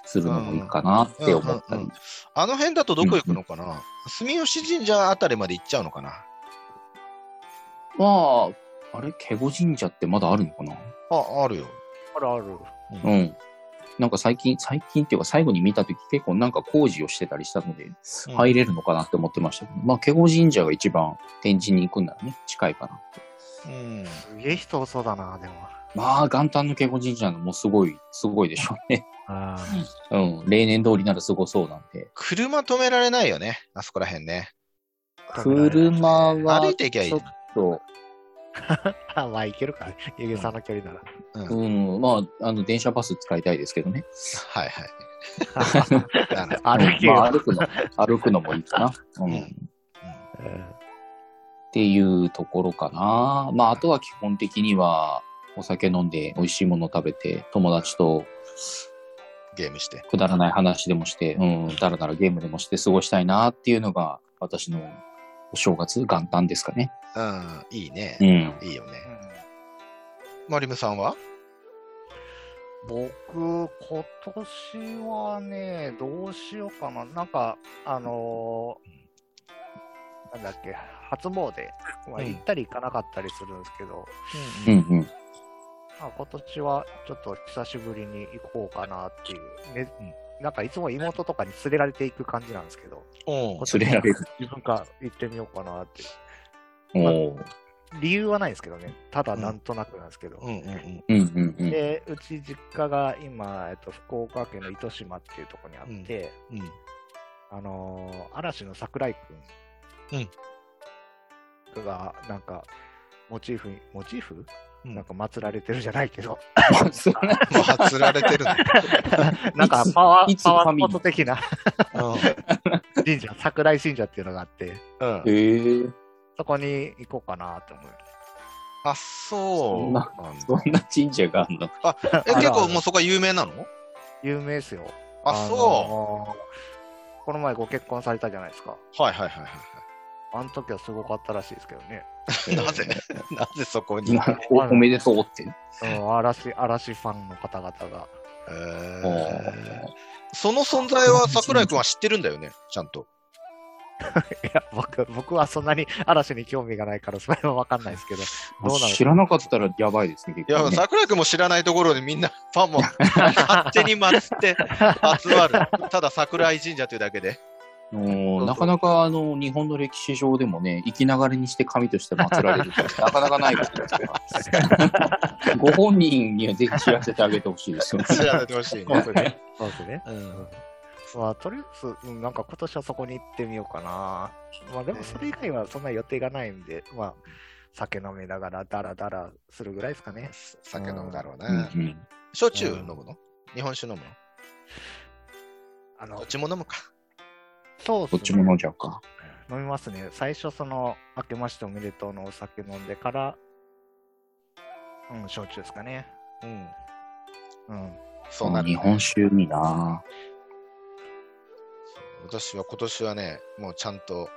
Speaker 1: するのもいいかなって思った
Speaker 2: うんうんう
Speaker 1: り
Speaker 2: ん。あの辺だとどこ行くのかな住吉神社あたりまで行っちゃうのかな
Speaker 1: まあ、あれ、ケゴ神社ってまだあるのかな
Speaker 2: あ、あるよ。
Speaker 3: あるある。
Speaker 2: うん
Speaker 1: うん。なんか最近、最近っていうか最後に見たとき結構なんか工事をしてたりしたので、入れるのかなって思ってましたけど、まあ、ケゴ神社が一番展示に行くんならね、近いかなって。
Speaker 2: うん
Speaker 3: すげえ人多そうだな、でも。
Speaker 1: まあ、元旦のケゴ神社のもうすごい、すごいでしょうね。
Speaker 3: あ
Speaker 1: うん。例年通りならすごそうなんで。
Speaker 2: 車止められないよね、あそこら辺ね。
Speaker 1: 車は、
Speaker 2: 歩いて行きゃいい
Speaker 1: ちょっと、
Speaker 3: あ。まあ、いけるか。ゆげさんの距離なら。
Speaker 1: うん、まあ、あの、電車バス使いたいですけどね。
Speaker 2: はいはい。なるほ
Speaker 3: 歩け
Speaker 1: うんまあ
Speaker 3: よ。
Speaker 1: 歩くの、歩くのもいいかな。うん。
Speaker 2: うん
Speaker 1: っていうところかな。まあ、あとは基本的には、お酒飲んで、美味しいもの食べて、友達と
Speaker 2: どゲームして。
Speaker 1: くだらない話でもして、うん、だらだらゲームでもして過ごしたいなっていうのが、私のお正月、元旦ですかね。
Speaker 2: うん、いいね
Speaker 1: う。ん。
Speaker 2: いいよね。
Speaker 3: うん
Speaker 2: マリムさんは
Speaker 3: 僕、今年はね、どうしようかな。なんか、あのーなんだっけ、初詣、まあ、
Speaker 2: うん
Speaker 3: 行ったり行かなかったりするんですけど、
Speaker 1: うんうん。
Speaker 3: まあ、今年はちょっと久しぶりに行こうかなっていう。ねなんかいつも妹とかに連れられていく感じなんですけど、
Speaker 2: おう
Speaker 3: 今年
Speaker 1: 連れられる
Speaker 3: は自分から行ってみようかなって。
Speaker 1: おー
Speaker 3: 理由はないですけどね、ただなんとなくなんですけど。
Speaker 2: うんうんうん。
Speaker 1: うんうんうん。
Speaker 3: で、うち実家が今、えっと、福岡県の糸島っていうところにあって、
Speaker 2: うん
Speaker 3: あのー嵐の桜井くん。が、なんか、モチーフに、モチーフ、
Speaker 2: うん
Speaker 3: なんか祀られてるじゃないけど、
Speaker 1: そんな
Speaker 2: もうはつられてるね。
Speaker 3: なんかパワ
Speaker 1: い
Speaker 3: ー、
Speaker 1: つ
Speaker 3: パワ
Speaker 1: 神
Speaker 3: ースポ
Speaker 1: に
Speaker 3: ット的な神社、桜井神社っていうのがあって、
Speaker 2: うん。うん
Speaker 1: へー
Speaker 3: そこに行こうかなと思う。
Speaker 2: あ、そうなん
Speaker 1: そ
Speaker 2: だ。
Speaker 1: んな神社があるの。
Speaker 2: え、結構もうそこは有名なの
Speaker 3: 有名ですよ。
Speaker 2: あ、そ
Speaker 3: のーこの前ご結婚されたじゃないですか。
Speaker 2: う。はいはいはいは
Speaker 3: あの時はすごかったらしいですけどね。
Speaker 2: い。 なぜなぜそこに
Speaker 1: 今おおめでとうって。
Speaker 3: うん嵐、嵐ファンの方々が。
Speaker 2: え
Speaker 1: お
Speaker 2: ー
Speaker 1: ー
Speaker 2: その存在は桜井くんは知ってるんだよね、ちゃんと。
Speaker 3: いや、僕僕はそんなに嵐に興味がないから、それは分かんないですけど、どうなの
Speaker 1: 知らなかったらやばいですね、結
Speaker 2: いや、
Speaker 1: 構ね
Speaker 2: 桜井くんも知らないところでみんな ファンも勝手に祀って集まる。ただ桜井神社というだけで。
Speaker 1: も
Speaker 2: そう
Speaker 1: うなかなかあの日本の歴史上でもね、生きながらにして神として祀られるってなかなかないことですから、ご本人にはぜひ知らせてあげてほしいですよね。
Speaker 2: 知らせてほしい
Speaker 3: そう
Speaker 2: ね。
Speaker 3: ですね。そうですね。
Speaker 2: うん
Speaker 3: まあ、とりあえず、うんなんか今年はそこに行ってみようかな。まあ、でもそれ以外はそんな予定がないんで、まあ、酒飲みながらダラダラするぐらいですかね。
Speaker 2: 酒飲むだろう
Speaker 1: うん
Speaker 2: な。
Speaker 1: うん
Speaker 2: 焼酎飲むの日本酒飲むの
Speaker 3: あ
Speaker 2: ど
Speaker 3: の
Speaker 2: っ、ちも飲むか。
Speaker 3: そう
Speaker 1: どっ
Speaker 3: で
Speaker 1: ち
Speaker 3: す
Speaker 1: も
Speaker 3: ね。
Speaker 1: 飲んじゃうか。
Speaker 3: 飲みますね。最初、その、明けましておめでとうのお酒飲んでから、うん、焼酎ですかね。
Speaker 2: うん。
Speaker 3: うん。
Speaker 2: そうなる
Speaker 1: 日本酒いいな
Speaker 2: 私は今年はね、もうちゃんと、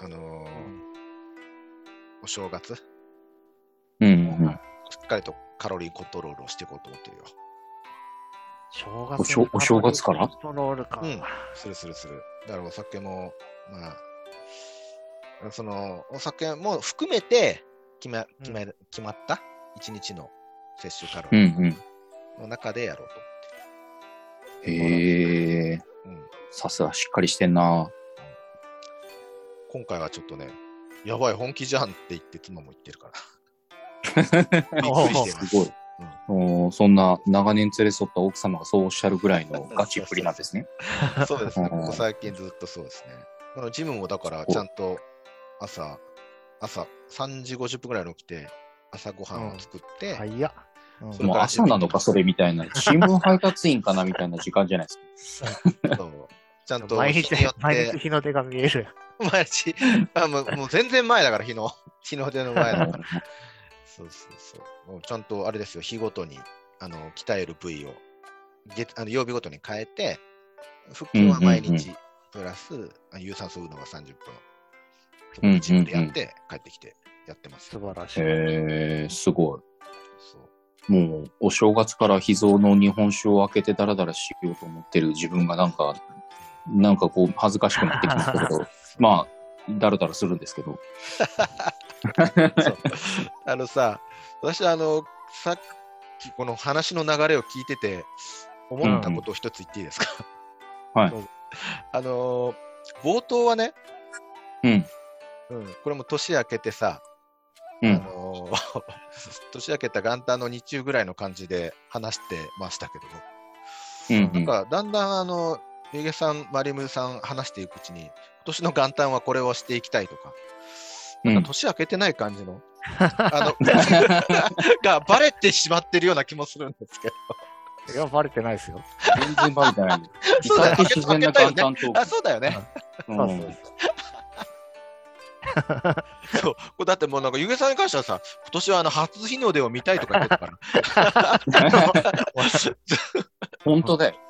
Speaker 2: あのーお正月、し
Speaker 1: うんうん。
Speaker 2: っかりとカロリーコントロールをしていこうと思ってるよ。
Speaker 3: 正
Speaker 1: お
Speaker 3: 月
Speaker 1: しょお正月から
Speaker 3: コントロールか。
Speaker 2: うんするするする。だからお酒も、まあ、その、お酒も含めて決め、決め、決まった一日の摂取カロ
Speaker 1: うんう
Speaker 2: リ
Speaker 1: ん。
Speaker 2: ーの中でやろうと。
Speaker 1: へえ、
Speaker 2: うん
Speaker 1: さすがしっかりしてんな
Speaker 2: 今回はちょっとね、やばい、本気じゃんって言って、妻も言ってるから。びっくりしてます
Speaker 1: すごい。おーそんな長年連れ添った奥様がそうおっしゃるぐらいのガチっぷりなんですね。
Speaker 2: そうですね、
Speaker 1: うん
Speaker 2: ここ最近ずっとそうですね。あのジムもだから、ちゃんと朝、朝、3時50分ぐらいに起きて、朝ごはんを作って、
Speaker 3: 早っ。うん
Speaker 2: それ
Speaker 1: もう朝なのか、それみたいな。新聞配達員かなみたいな時間じゃないですか。
Speaker 2: そうちゃんと
Speaker 3: 毎
Speaker 2: 日
Speaker 3: 日
Speaker 2: によっ、
Speaker 3: 毎日
Speaker 2: て、
Speaker 3: 日の出が見える。
Speaker 2: 毎日、あもうもう全然前だから、日の、 日の出の前だから。そうそうそう。もうちゃんとあれですよ、日ごとに、あの、鍛える部位を、月あの曜日ごとに変えて、腹筋は毎
Speaker 1: うんうんう
Speaker 2: 日、プラス、あ有酸素運動が30分、ジムでやって、帰ってきてやってます
Speaker 3: 素
Speaker 2: よ。
Speaker 3: 晴らしい。
Speaker 1: へえー、すごい。
Speaker 2: そう
Speaker 1: もう、お正月から秘蔵の日本酒を開けてダラダラしようと思ってる自分がなんか、なんかこう、恥ずかしくなってきましたけ ど、まあ、ダラダラするんですけど。
Speaker 2: そう あのさ、私あの、さっきこの話の流れを聞いてて、思ったことを一つ言っていいですか、
Speaker 1: はい
Speaker 2: どうぞあのー冒頭はね、
Speaker 1: うん、
Speaker 2: うん、これも年明けてさ、
Speaker 1: う
Speaker 2: あ
Speaker 1: ん。
Speaker 2: の ー年明けた元旦の日中ぐらいの感じで話してましたけども、
Speaker 1: うんう
Speaker 2: なん
Speaker 1: ん、
Speaker 2: かだんだんあの、ゆげさん、マリムさん話していくうちに、今年の元旦はこれをしていきたいとか、
Speaker 1: うん
Speaker 2: なんか年明けてない感じの、あの、 がバレてしまってるような気もするんですけど。
Speaker 3: いや、バレてないですよ。
Speaker 1: 全然バレてない。至
Speaker 2: そうだよ
Speaker 1: って自然な簡単トー
Speaker 2: あ、
Speaker 1: ク
Speaker 2: そうだよね。
Speaker 1: う
Speaker 3: そうそ
Speaker 1: ん
Speaker 3: う。
Speaker 2: そう。これだってもうなんか、ゆげさんに関してはさ、今年はあの、初日の出を見たいとか言ってたから。
Speaker 1: 本当だよ。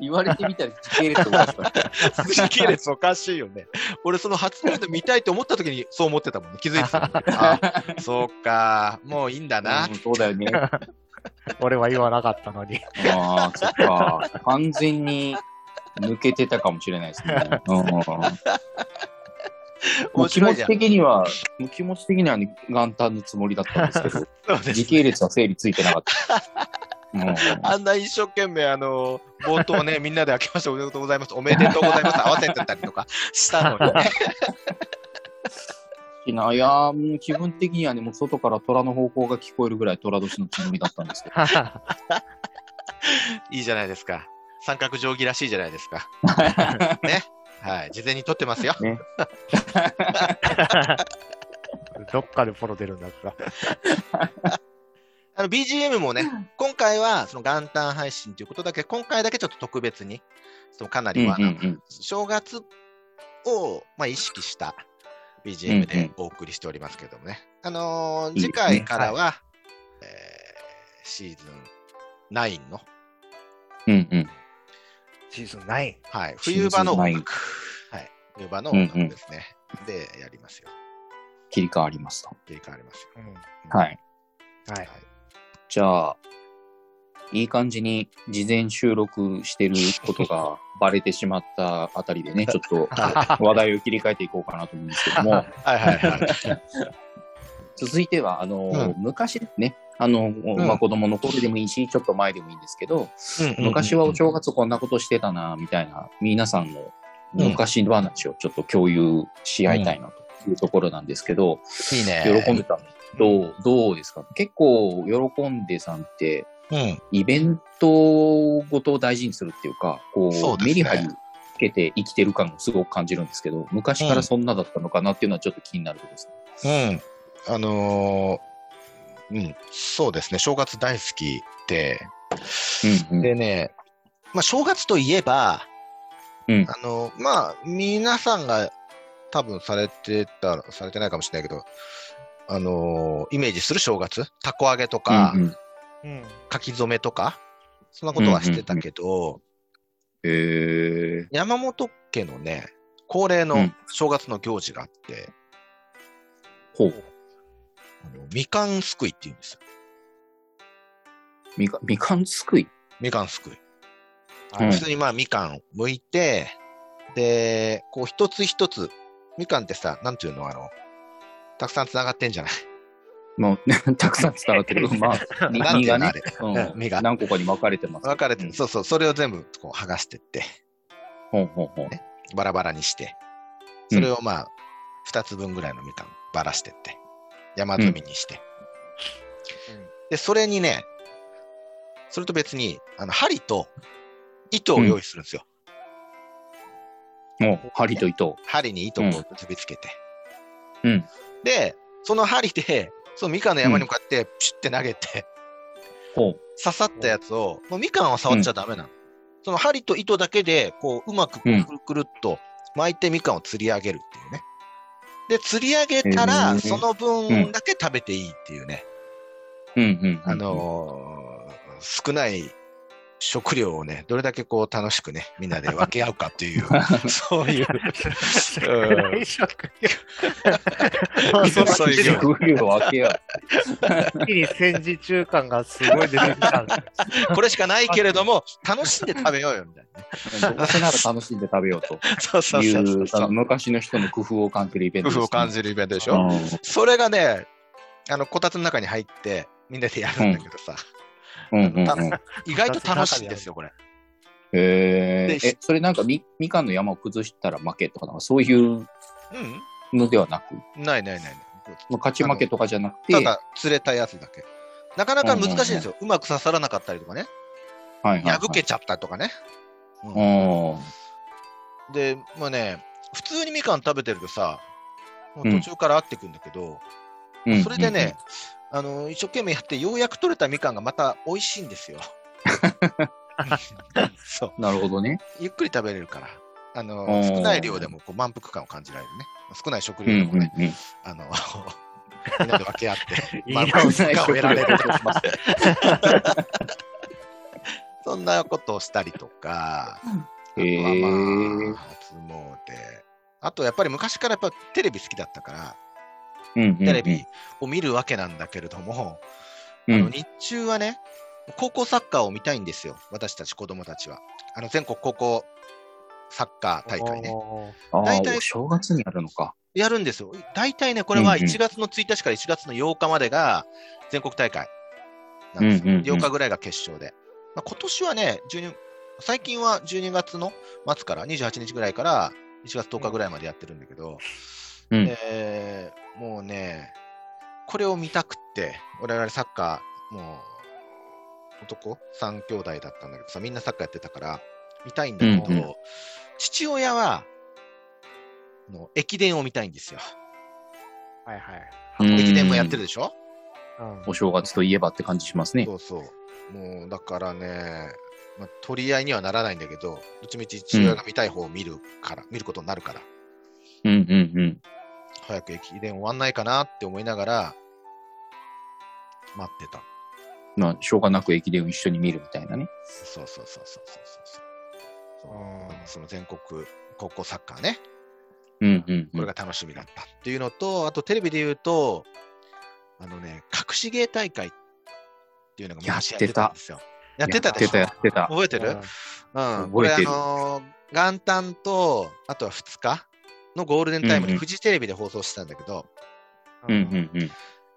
Speaker 1: 言われてみたら時系列と同じだった。
Speaker 2: 時系列おかしいよね。俺、その初デート見たいと思った時にそう思ってたもんね。気づいてたもんね。あ、そうか。もういいんだな
Speaker 1: う。んそうだよね。
Speaker 3: 俺は言わなかったのに。
Speaker 1: ああ、そっか。完全に抜けてたかもしれない ですね。うんもう
Speaker 2: 面
Speaker 1: 気
Speaker 2: 白
Speaker 1: 持
Speaker 2: いじ
Speaker 1: ち
Speaker 2: ゃん。
Speaker 1: 的には、もう気持ち的には、ね、元旦のつもりだったん ですけど、
Speaker 2: そうです
Speaker 1: 時系列は整理ついてなかった。もう
Speaker 2: あんな一生懸命、あの、冒頭ね、みんなで明けましておめでとうございます、おめでとうございます、合わせてたりとかしたのにね。
Speaker 1: いやいや、もう気分的にはね、もう外から虎の方向が聞こえるぐらい虎年のつもりだったんですけど。
Speaker 2: いいじゃないですか。三角定規らしいじゃな いですか。ね。はい。事前に撮ってますよ。
Speaker 3: どっかでポロ出るんだった。
Speaker 2: あの、BGM もね、今回は、その元旦配信ということだけ、今回だけちょっと特別に、そのかな
Speaker 1: うん
Speaker 2: りは、
Speaker 1: うん
Speaker 2: 正月を、まあ、意識した BGM
Speaker 1: うんうん
Speaker 2: でお送りしておりますけどもね。あ
Speaker 1: い
Speaker 2: のー
Speaker 1: いです
Speaker 2: 次
Speaker 1: ね
Speaker 2: 回からは、えーシーズン9の、
Speaker 1: うん。うんうん。
Speaker 3: シーズン9。
Speaker 2: はい、
Speaker 1: シーズン
Speaker 2: 冬場の音
Speaker 1: 9
Speaker 2: 楽。はい、冬場の音楽ですね。で、やりますよ。
Speaker 1: 切り替わりました。
Speaker 2: 切り替わりますよ。
Speaker 3: うん。
Speaker 1: はい。
Speaker 3: はい。
Speaker 1: じゃあ、いい感じに事前収録してることがバレてしまったあたりで ね、ちょっと話題を切り替えていこうかなと思うんですけども、
Speaker 2: はいはいはい。
Speaker 1: 続いては、あのー昔ですね、あのー、まあ、子供の頃でもいいし、ちょっと前でもいいんですけど、 昔はお正月こんなことしてたな、みたいな、皆さんの昔話をちょっと共有し合いたいなというところなんですけど、
Speaker 2: いいね。
Speaker 1: 喜んでたのどう、どうですか結構、喜んでさんって、
Speaker 2: うん。
Speaker 1: イベントごとを大事にするっていうか、こ
Speaker 2: そう
Speaker 1: う、
Speaker 2: ですね
Speaker 1: メリハリつけて生きてる感をすごく感じるんですけど、昔からそんなだったのかなっていうのはちょっと気になるところですね。
Speaker 2: うん。あのーうん、そうですね。正月大好きで、
Speaker 1: うんうん
Speaker 2: でね、まあ、正月といえば、
Speaker 1: うん
Speaker 2: あの、まあ、皆さんが多分されてた、されてないかもしれないけど、あのーイメージする正月、たこ揚げとか、
Speaker 1: うんうん
Speaker 3: うん。
Speaker 2: 書き初めとか、そんなことはしてたけど、
Speaker 1: へー
Speaker 2: 山本家のね、恒例
Speaker 1: う
Speaker 2: の
Speaker 1: ん
Speaker 2: 正月の行事があって、
Speaker 1: ほう。
Speaker 2: あのみかんすくいって言うんですよ。
Speaker 1: みかみかんすくい
Speaker 2: みかんすくい。
Speaker 1: うん
Speaker 2: 普通にまあみかんを剥いて、で、こう一つ一つ、みかんってさ、なんていうの、あの、たくさんつながってんじゃない
Speaker 1: まあ、 たくさん伝わって るけど、まあ、み
Speaker 2: な
Speaker 1: 実
Speaker 2: んていう
Speaker 1: が
Speaker 2: のあ
Speaker 1: ね、
Speaker 2: れ。
Speaker 1: うん
Speaker 2: 実が
Speaker 1: 何個かに分かれてます。
Speaker 2: 分かれて
Speaker 1: う
Speaker 2: る。
Speaker 1: ん
Speaker 2: そうそう、それを全部こう剥がしてって、
Speaker 1: ほうほうほう。
Speaker 2: バラバラにして、それをまあ、二つ分ぐらいのみかんばらしてって、山積みにして。で、それにね、それと別に、あの、針と糸を用意するんですよ。
Speaker 1: もう、針と糸。
Speaker 2: 針に糸をこう結びつけて。
Speaker 1: うん。
Speaker 2: で、その針で、そのみかんの山に向かって、ピュッて投げて、
Speaker 1: ほう。
Speaker 2: 刺さったやつを、もうみかんは触っちゃダメなの。その針と糸だけで、こう、うまくこ
Speaker 1: うん
Speaker 2: うくるくるっと巻いてみかんを釣り上げるっていうね。で、釣り上げた
Speaker 1: へ
Speaker 2: ら、
Speaker 1: ー
Speaker 2: その分だけ食べていいっていうね。
Speaker 1: うんうん。
Speaker 2: あ、のー少ない食料をね、どれだけこう楽しくね、みんなで分け合うかって いう、そういう、
Speaker 3: うん。食料
Speaker 2: そうそう いう
Speaker 1: 食料を分けよ
Speaker 3: 一気に戦時中感がすごい出てきた。
Speaker 2: これしかないけれども、楽しんで食べようよみたいなね。
Speaker 1: う。どうせなら楽しんで食べようと
Speaker 2: そうそう
Speaker 1: い
Speaker 2: そううそ
Speaker 1: あの
Speaker 2: う。
Speaker 1: 昔の人の工夫を感じるイベント
Speaker 2: 工
Speaker 1: です、ね。
Speaker 2: 夫を感じるイベントでしょ。
Speaker 1: うん
Speaker 2: それがね、あの、こたつの中に入って、みんなでやるんだけどさ、
Speaker 1: うん うんうん。
Speaker 2: 意外と楽しいんですよ、これ。
Speaker 1: え
Speaker 2: で
Speaker 1: え、それなんかみ、みかんの山を崩したら負けとか、なんかそういう
Speaker 2: う
Speaker 1: のではなく、
Speaker 2: んないないないない。
Speaker 1: まあ勝ち負けとかじゃなくて、
Speaker 2: た
Speaker 1: はい
Speaker 2: だ、釣れたやつだけ。なかなか難しいんですよ。うまく刺さらなかったりとかね。
Speaker 1: はいはい。
Speaker 2: 破けちゃったとかね。
Speaker 1: う
Speaker 2: うん
Speaker 1: ん。
Speaker 2: で、まあね、普通にみかん食べてるとさ、もう
Speaker 1: うん
Speaker 2: 途中から合ってくんだけど、
Speaker 1: うん
Speaker 2: それでね、、あの、一生懸命やって、ようやく取れたみかんがまた美味しいんで すよ。
Speaker 1: うんうん
Speaker 2: そう。
Speaker 1: なるほどね。
Speaker 2: ゆっくり食べれるから、あの
Speaker 1: おー
Speaker 2: 少ない量でもこう満腹感を感じられるね。少ない食
Speaker 1: う
Speaker 2: 料
Speaker 1: ん
Speaker 2: で
Speaker 1: う
Speaker 2: も
Speaker 1: ん
Speaker 2: ね、
Speaker 1: うん。
Speaker 2: あの みんなで分け 合って、
Speaker 3: いい
Speaker 2: 満
Speaker 3: な
Speaker 2: 腹感を得られる。そんんなことをしたりとか、
Speaker 1: へ
Speaker 2: あとはま
Speaker 1: ー
Speaker 2: あ、初詣。あと、やっぱり昔からやっぱテレビ好きだったから、
Speaker 1: うん
Speaker 2: テレビを見るわけなんだけれども、
Speaker 1: うん
Speaker 2: あの日中はね、高校サッカーを見たいんですよ、私たち子供たちは。あの全国高校サッカー大会ね。
Speaker 3: おー
Speaker 1: ああ
Speaker 2: 大体
Speaker 1: お正月にやるのか。
Speaker 2: やるんですよ。大体ね、これ
Speaker 1: う
Speaker 2: は
Speaker 1: んうん
Speaker 2: 1月の1日から1月の8日までが全国大会なんですよ。
Speaker 1: うんうんうん
Speaker 2: 8日ぐらいが決勝で。まあ、今年はね、12最近は12月の末から28日ぐらいから1月10日ぐらいまでやってるんだけど、
Speaker 1: うん
Speaker 2: えーもうね、これを見たくって、我々サッカー、もう男3兄弟だったんだけどさ、みんなサッカーやってたから、見たいんだけど、
Speaker 1: うんうん
Speaker 2: 父親は、あの駅伝を見たいんですよ。
Speaker 3: はいはい。
Speaker 1: うん
Speaker 2: 駅伝もやってるでしょ、
Speaker 3: うん
Speaker 1: お正月といえばって感じしますね。
Speaker 2: そうそう。もうだからね、まあ、取り合いにはならないんだけど、どっちみち父親が見たい方を見るから、見ることになるから、
Speaker 1: うんうんうん。
Speaker 2: 早く駅伝終わんないかなって思いながら、待ってた。
Speaker 1: まあ、しょうがなく駅伝を一緒に見るみたいなね。
Speaker 2: そうそうそうそうそうそうそう。
Speaker 3: うん
Speaker 2: その全国高校サッカーね、
Speaker 1: うんうん、
Speaker 2: これが楽しみだったっていうのと、あとテレビで言うと、あのね、隠し芸大会っていうのが昔やってたんですよ。やってたでしょ
Speaker 1: やってた、やってた。
Speaker 2: 覚えてる
Speaker 3: うん
Speaker 2: うん、
Speaker 1: 覚
Speaker 2: これ
Speaker 1: え
Speaker 2: あ
Speaker 1: てる
Speaker 2: のー元旦と、あとは2日のゴールデンタイム
Speaker 1: うんう
Speaker 2: に
Speaker 1: ん
Speaker 2: フジテレビで放送してたんだけど、
Speaker 1: うんうんうん。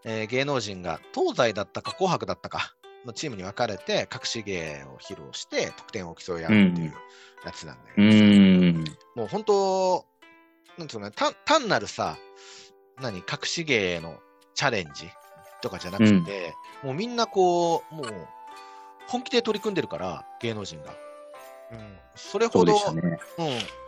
Speaker 2: えー芸能人が東西だったか紅白だったかのチームに分かれて隠し芸を披露して得点を競い合うっていうやつなんだよ、
Speaker 1: うーん。
Speaker 2: もう本当、なんつうのね、単単なるさ、何、隠し芸へのチャレンジとかじゃなくて、もうみんなこう、もう本気で取り組んでるから、芸能人が。
Speaker 3: うん
Speaker 2: それ
Speaker 1: そ
Speaker 2: ほ
Speaker 1: うで
Speaker 2: ど、
Speaker 1: したね。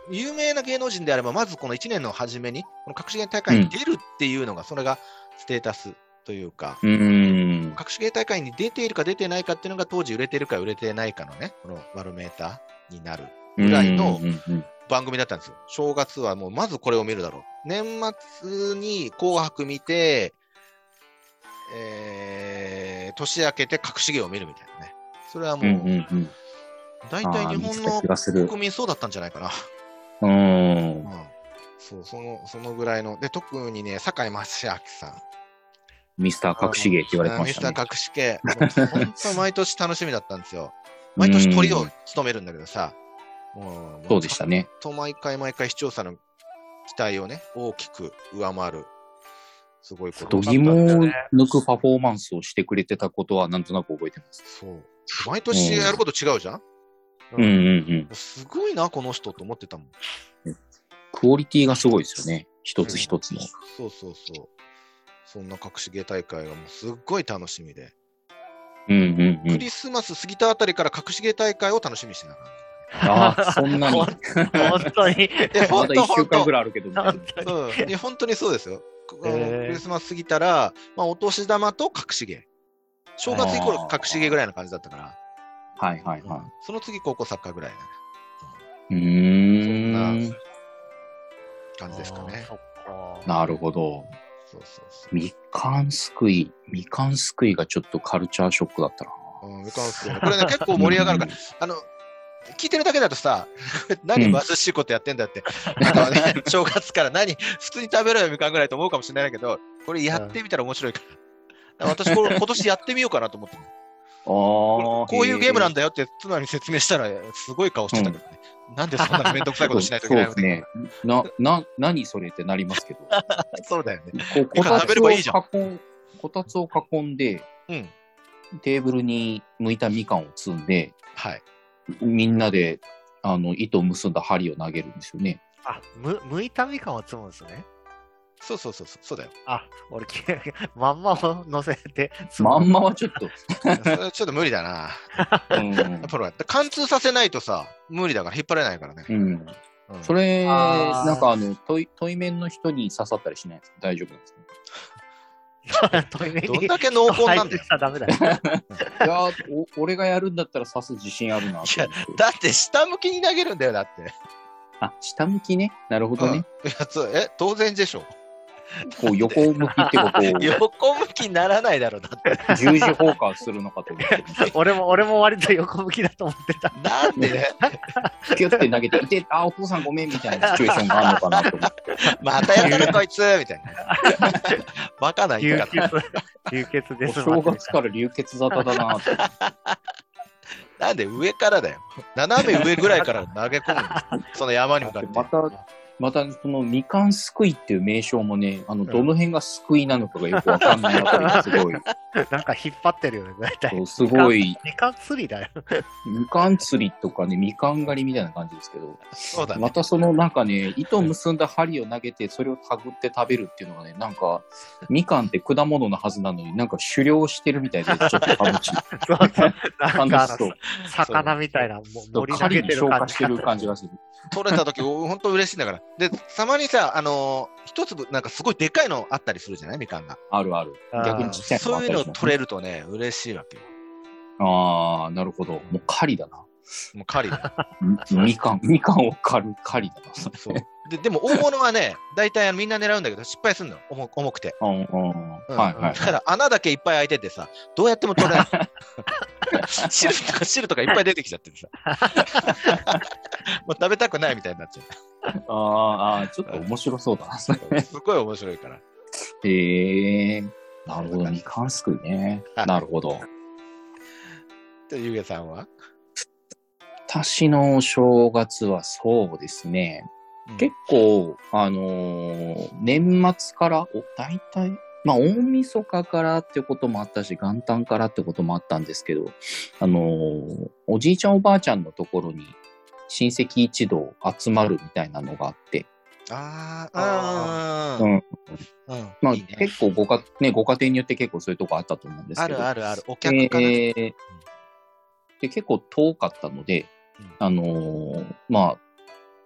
Speaker 2: うん、有名な芸能人であれば、まずこの1年の初めに、この隠し芸大会に出るっていうのが、それがステータスというか、
Speaker 1: うーん。
Speaker 2: 隠し芸大会に出ているか出てないかっていうのが、当時売れてるか売れてないかのね、このバロメーターになるぐらいの
Speaker 1: うんうんうん
Speaker 2: 番組だったんですよ。正月はもう、まずこれを見るだろう。年末に紅白見て、えー、年明けて隠し芸を見るみたいなね。それは
Speaker 1: うん。
Speaker 2: も
Speaker 1: うんう
Speaker 2: う、
Speaker 1: んうん。
Speaker 2: 大
Speaker 1: あ
Speaker 2: 体
Speaker 1: ー
Speaker 2: 日
Speaker 1: 見
Speaker 2: 本
Speaker 1: てた
Speaker 2: の
Speaker 1: 気がする。
Speaker 2: 国民そうだったんじゃないかな。
Speaker 1: うーん。
Speaker 2: うんそう、その、そのぐらいの。で、特にね、堺正明さん。
Speaker 1: ミスター隠し芸って言われてま
Speaker 2: ミ
Speaker 1: し
Speaker 2: スタ
Speaker 1: たね
Speaker 2: ー。隠し 系。本当毎年楽しみだったんですよ。毎年トリ
Speaker 1: う
Speaker 2: を
Speaker 1: ん
Speaker 2: 務めるんだけどさ。も
Speaker 1: そうでした。ね。
Speaker 2: もうちゃんと毎回毎回視聴者の期待をね、大きく上回る。すごいこ
Speaker 1: 度
Speaker 2: とだった
Speaker 1: 肝を抜くパフォーマンスをしてくれてたことはなんとなく覚えてます。
Speaker 2: そう。毎年やること違うじゃん、
Speaker 1: うんうんうん。
Speaker 2: すごいな、この人と思ってたもん。
Speaker 1: クオリティがすごいですよね。一つ一つの。
Speaker 2: そうそうそう。そんな隠し芸大会がもうすっごい楽しみで。
Speaker 1: うんうんう
Speaker 2: ク
Speaker 1: ん。
Speaker 2: リスマス過ぎたあたりから隠し芸大会を楽しみにしてたか
Speaker 1: ああ、そん なに。
Speaker 3: 本当 に。
Speaker 2: ら。え、
Speaker 1: ま
Speaker 2: 本
Speaker 1: だ
Speaker 2: 当
Speaker 1: 一週
Speaker 2: 本
Speaker 1: 間
Speaker 2: 当
Speaker 1: ぐ。らいあるけ どみたいな。
Speaker 2: うん、いや本当にそうですよ。こあの
Speaker 3: へー
Speaker 2: クリスマス過ぎたら、まあ、お年玉と隠し芸。正月イコール隠し芸ぐらいの感じだったから、
Speaker 1: はいはい
Speaker 2: うん
Speaker 1: は
Speaker 2: その次高校サッカーぐらい
Speaker 1: い。う
Speaker 2: な、
Speaker 1: ー
Speaker 2: そん
Speaker 1: ん
Speaker 2: な。感じですかね。
Speaker 3: そっか。
Speaker 1: なるほど。
Speaker 2: そうそうそ
Speaker 1: みかんすくい。みかんすくいがちょっとカルチャーショックだったな。
Speaker 2: う。うん、みかんすくいねこれね、結構盛り上がるから、
Speaker 1: ら。
Speaker 2: あの、聞いてるだけだとさ、 何貧しいことやってんだって、なんかね、正月から何、普通に食べろよみかんぐらいと思うかもしれないけど、これやってみたら面白いから。だから私、これ今年やってみようかなと思って。
Speaker 1: あ
Speaker 2: こういうゲームなん
Speaker 1: だ。
Speaker 2: だよって妻に説明したら、すごい顔してたけどね。なんでそんなめんどくさいことしないとい
Speaker 1: そ
Speaker 2: け
Speaker 1: う
Speaker 2: な
Speaker 1: で
Speaker 2: いの
Speaker 1: すね。な、 な、何それってなりますけど。
Speaker 2: そうだよね。
Speaker 1: こう、
Speaker 2: み
Speaker 1: こ
Speaker 2: か
Speaker 1: た
Speaker 2: ん食
Speaker 1: つ
Speaker 2: べれ
Speaker 1: を
Speaker 2: ば
Speaker 1: 囲
Speaker 2: いいじゃん
Speaker 1: ん、こたつを囲んで、
Speaker 2: うん。
Speaker 1: テーブルに剥いたみかんを積んで、
Speaker 2: はい。
Speaker 1: みんなで、あの、糸を結んだ針を投げるんですよね。
Speaker 3: あ、む、むいたみかんを積むんですね。
Speaker 2: そうそうそうそう、そうだよ。
Speaker 3: あ、俺、きまんまを乗せて積む。
Speaker 1: まんまはちょっと、
Speaker 2: そ れはちょっと無理だな。
Speaker 1: うん
Speaker 2: プロは貫通させないとさ、無理だから引っ張れないからね。
Speaker 1: うん。
Speaker 2: うん
Speaker 1: それ、
Speaker 3: あー
Speaker 1: なんかあの、対対面の人に刺さったりしないんですか大丈夫なんですか
Speaker 3: トイレに
Speaker 2: どんだけ濃厚なんだ
Speaker 3: 入っ
Speaker 2: よ
Speaker 3: て。きたらダメだよ。
Speaker 1: いやーお、俺がやるんだったら刺す自信あるなと思って。
Speaker 2: だって下向きに投げるんだよ、だって。
Speaker 1: あ、下向きね。なるほど
Speaker 2: うん
Speaker 1: ね。
Speaker 2: いやそうえ、当然でしょ。
Speaker 1: こう横向きって ことを
Speaker 2: 横向きにならないだろうなって。
Speaker 1: 十字砲火するのかと思ってました。
Speaker 3: 俺も、俺も割と横向きだと思ってた。
Speaker 2: なんで ね、
Speaker 1: ピュって投げ て、いて、あ、お父さんごめんみたいなシチュエーションがあるのかなと思って。
Speaker 2: またやってるこいつみたいな。 バカな言い
Speaker 3: 流
Speaker 2: 方。
Speaker 3: 血、流血です。
Speaker 1: お正月から流血沙汰だな って。
Speaker 2: なんで上からだよ。斜め上ぐらいから投げ込む の。その山に向かって。
Speaker 1: また、また、その、みかんすくいっていう名称もね、あの、どの辺がすくいなのかがよくわかんないあたりがす ごい、
Speaker 3: なんか引っ張ってるよね、大
Speaker 1: そ
Speaker 3: 体。
Speaker 1: うすごい、
Speaker 3: みかん釣りだよ。
Speaker 1: みかん釣りとかね、みかん狩りみたいな感じですけど、
Speaker 2: そうだね
Speaker 1: ま。たそのなんかね、糸を結んだ針を投げて、それをたぐって食べるっていうのがね、なんか、みかんって果物のはずなのに、なんか狩猟してるみたいで、ちょっと楽しい。
Speaker 3: そうそう。なんか
Speaker 1: 楽
Speaker 3: あ
Speaker 1: し
Speaker 3: の
Speaker 1: そう。
Speaker 3: 魚みたいな、も
Speaker 1: そう
Speaker 3: 盛り投
Speaker 1: 狩
Speaker 3: げ
Speaker 1: りに
Speaker 3: て
Speaker 1: 消
Speaker 3: る感
Speaker 1: 化
Speaker 3: じ
Speaker 1: してる感じがする。
Speaker 2: 取れた時、お本当嬉しいんだから。で、たまにさ、あのー一粒、なんかすごいでかいのあったりするじゃないみかんが。
Speaker 1: あるある。
Speaker 3: あー
Speaker 1: 逆にちっちゃいのがあっ
Speaker 2: そ
Speaker 1: た
Speaker 2: うい
Speaker 1: り
Speaker 2: うの
Speaker 1: します
Speaker 2: 取れるとね、嬉しいわけよ。
Speaker 1: ああ、なるほど。もう狩りだな。
Speaker 2: もう狩りだ。
Speaker 1: みみかん、みかんを狩る狩りだ
Speaker 2: そう。で、でも大物はね、大体あのみんな狙うんだけど、失敗するの。重重くて。
Speaker 1: な。うんうん。
Speaker 2: うん
Speaker 1: はいは
Speaker 2: だから穴だけいっぱい開いててさ、どうやっても取 れない。汁とか汁とかいっぱい出てきちゃって てさ。もう食べたくないみたいになっ ちゃ
Speaker 1: い。あーあー、ちょっと面白そうだな。
Speaker 2: う。すごい面白いから。
Speaker 1: へえー。なるほど。みかんすくいね。
Speaker 2: はい
Speaker 1: なるほど。
Speaker 2: でゆうげさんは
Speaker 1: 私のお正月はそうですね。結構、あのー年末から、お大体、まあ、大晦日からってこともあったし、元旦からってこともあったんですけど、あのーおじいちゃんおばあちゃんのところに、親戚一同集まるみたいなのがあって、
Speaker 2: あー
Speaker 3: あ
Speaker 2: あー、うん。
Speaker 1: まあ、
Speaker 2: いいね
Speaker 1: 結構ごか、ね、ご家庭によって結構そういうとこあったと思うんです
Speaker 2: あ
Speaker 1: けど、
Speaker 2: るあるある。お
Speaker 1: え
Speaker 2: 客かな、
Speaker 1: ーで結構遠かったので、
Speaker 2: うん
Speaker 1: あのーまあ、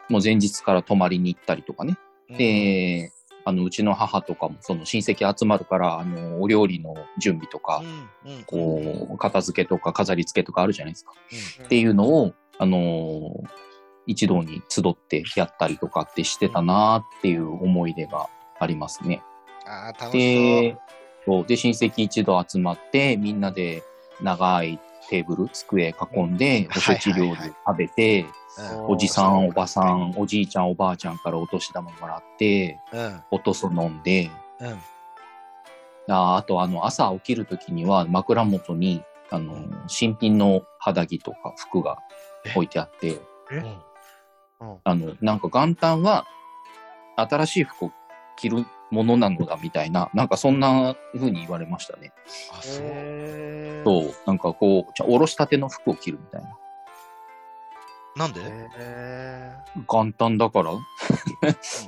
Speaker 1: もう前日から泊まりに行ったりとかね、で、あのうちの母とかもその親戚集まるからあのお料理の準備とか
Speaker 2: う、んうん
Speaker 1: こう片付けとか飾り付けとかあるじゃないですか。
Speaker 2: う
Speaker 1: っていうのを、あのー一堂に集ってやったりとかってしてたなーっていう思い出がありますね。
Speaker 2: んあー楽し
Speaker 1: で、そうで親戚一同集まってみんなで長いテーブル机囲んでおせち料理を食べて、
Speaker 2: そう。
Speaker 1: おじさんおばさんおじいちゃんおばあちゃんからお年玉もらって
Speaker 2: うん。うん
Speaker 1: おとそ飲んで、
Speaker 2: うん
Speaker 1: ああとあの朝起きるときには枕元にあの新品の肌着とか服が置いてあって
Speaker 3: え
Speaker 2: うん
Speaker 1: あのなんか元旦は新しい服を着るものなのだみたいななんかそんな風に言われましたね。
Speaker 2: あ、そう。
Speaker 3: えー
Speaker 1: そうなんかこうじゃおろしたての服を着るみたいな
Speaker 2: なんで
Speaker 3: え
Speaker 1: 元旦だから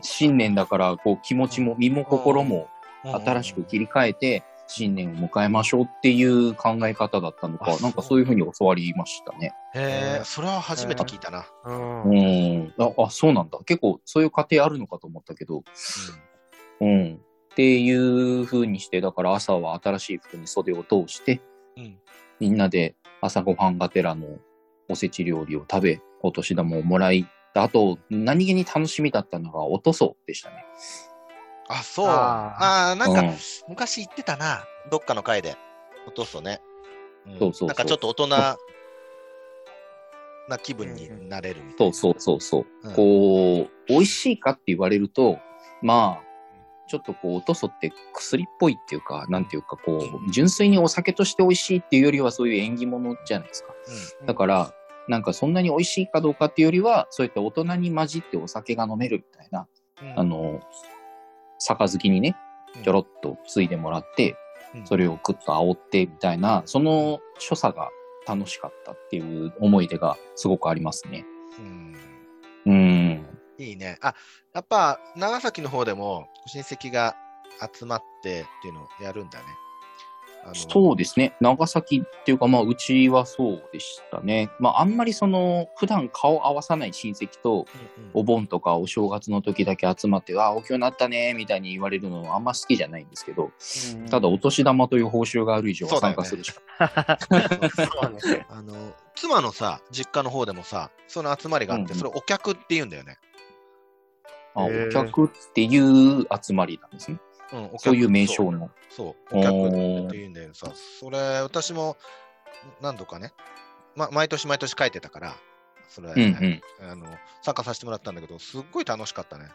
Speaker 1: 新年だからこう気持ちも身も心も新しく切り替えて新年を迎えましょうっていう考え方だったの
Speaker 2: あ
Speaker 1: か、
Speaker 2: そう
Speaker 1: なんかそういうふうに教わりましたね。
Speaker 2: へえ、それは初めて聞いたな。
Speaker 3: ーうん
Speaker 1: う。んあ。あ、そうなんだ。結構そういう家庭あるのかと思ったけど、うん。っていうふうにして、だから朝は新しい服に袖を通して、
Speaker 2: うん
Speaker 1: みんなで朝ごはんがてらのおせち料理を食べ、お年玉をもらい、あと、何気に楽しみだったのが、おとそうでしたね。
Speaker 2: あ、そう。あ
Speaker 3: あ
Speaker 2: あー、なんか
Speaker 1: うん
Speaker 2: 昔言ってたな。どっかの回で。おとそね。
Speaker 1: そ
Speaker 2: ん
Speaker 1: うそうそう
Speaker 2: なんかちょっと大人な気分になれるみたい
Speaker 1: そうそうそうそう。
Speaker 2: うん
Speaker 1: こう、美味しいかって言われると、まあ、ちょっとこう、おとそって薬っぽいっていうか、なんていうか、こう、純粋にお酒として美味しいっていうよりは、そういう縁起物じゃないですか。だから、なんかそんなに美味しいかどうかっていうよりは、そういった大人に混じってお酒が飲めるみたいな、
Speaker 2: な。
Speaker 1: あの、杯にね、ちょろっとついでもらって、
Speaker 2: うん
Speaker 1: それをくっと煽ってみたいな、その所作が楽しかったっていう思い出がすごくありますね。
Speaker 2: うん
Speaker 1: うん。
Speaker 2: いいね。あ、やっぱ長崎の方でもご親戚が集まってっていうのをやるんだね。あの
Speaker 1: そうですね。長崎っていうか、まあ、うちはそうでしたね。まあ、あんまりその、普段顔合わさない親戚と、
Speaker 2: うんうん
Speaker 1: お盆とかお正月の時だけ集まって、ああ、お経になったね、みたいに言われるのはあんま好きじゃないんですけど、ただ、お年玉という報酬がある以上は参加するしか。
Speaker 3: そうね
Speaker 2: あの妻のさ、実家の方でもさ、その集まりがあって、
Speaker 1: うんうん
Speaker 2: それお客って言うんだよね。
Speaker 1: あ、
Speaker 3: へー
Speaker 1: お客っていう集まりなんですね。
Speaker 2: うん、お客
Speaker 1: そういう名称の。
Speaker 2: そう、お客っていうんだよさ、それ、私も何度かね、ま、毎年毎年書いてたから、それ、
Speaker 1: うんうん。
Speaker 2: あの参加させてもらったんだけど、すっごい楽しかったね。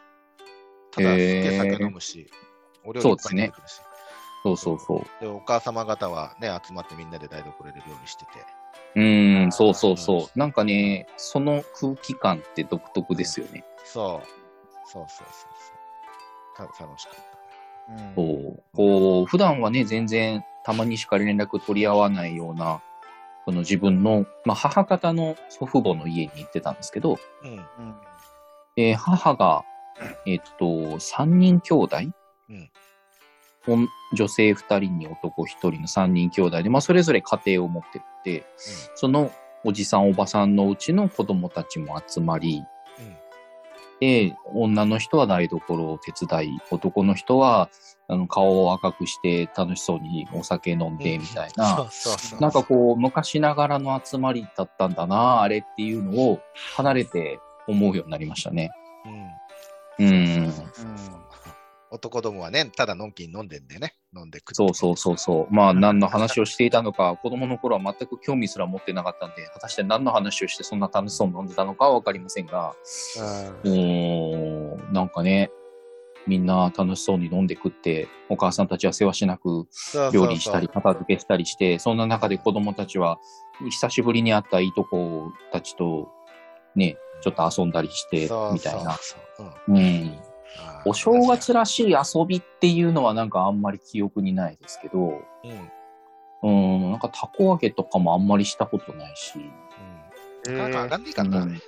Speaker 2: ただ、
Speaker 1: へ
Speaker 2: す
Speaker 1: ー
Speaker 2: げえ酒飲むし、お料理いっぱい出てくるし、
Speaker 1: そうそうそう。
Speaker 2: でお母様方はね、集まってみんなで台所で料理してて、
Speaker 1: うーん、そうそうそう。なんかね、その空気感って独特ですよね。
Speaker 2: そう、そうそうそうそう、た楽しかった。
Speaker 3: うん
Speaker 1: そうこう普段はね、全然たまにしか連絡取り合わないような、その自分の、まあ、母方の祖父母の家に行ってたんですけど、
Speaker 2: うん、
Speaker 3: うん
Speaker 1: えー母が、えっと、3人兄弟、
Speaker 2: うん
Speaker 1: 女女性2人に男1人の3人兄弟で、まあ、それぞれ家庭を持ってって、そのおじさん、おばさんのうちの子供たちも集まり、
Speaker 2: うん、
Speaker 1: で、女の人は台所を手伝い、男の人はあの顔を赤くして楽しそうにお酒飲んでみたいな、
Speaker 2: そうそうそう
Speaker 1: なんかこう、昔ながらの集まりだったんだな、あれっていうのを離れて思うようになりましたね。
Speaker 2: うん
Speaker 1: うん。
Speaker 2: 男どもはね、ただのんきに飲んでんでね、飲んでく
Speaker 1: そうそうそうそう。まあ、何の話をしていたのか、子供の頃は全く興味すら持ってなかったんで、果たして何の話をしてそんな楽しそうに飲んでたのかはわかりませんが、
Speaker 2: う
Speaker 1: おーなんかね、みんな楽しそうに飲んで食って、お母さんたちは世話しなく
Speaker 2: ん
Speaker 1: 料理したり、片付けしたりして、そんな中で子供たちは、久しぶりに会ったいとこたちと、ね、ちょっと遊んだりして、みたいな。
Speaker 2: そうそう
Speaker 1: う
Speaker 2: そう
Speaker 1: ん。
Speaker 2: うんあー
Speaker 1: お正月らしい遊びっていうのはなんかあんまり記憶にないですけど、
Speaker 2: うんうん
Speaker 1: うん、なんかたこ揚げとかもあんまりしたことないし、
Speaker 2: なんか上がんでいいか
Speaker 1: う
Speaker 2: な。
Speaker 1: んね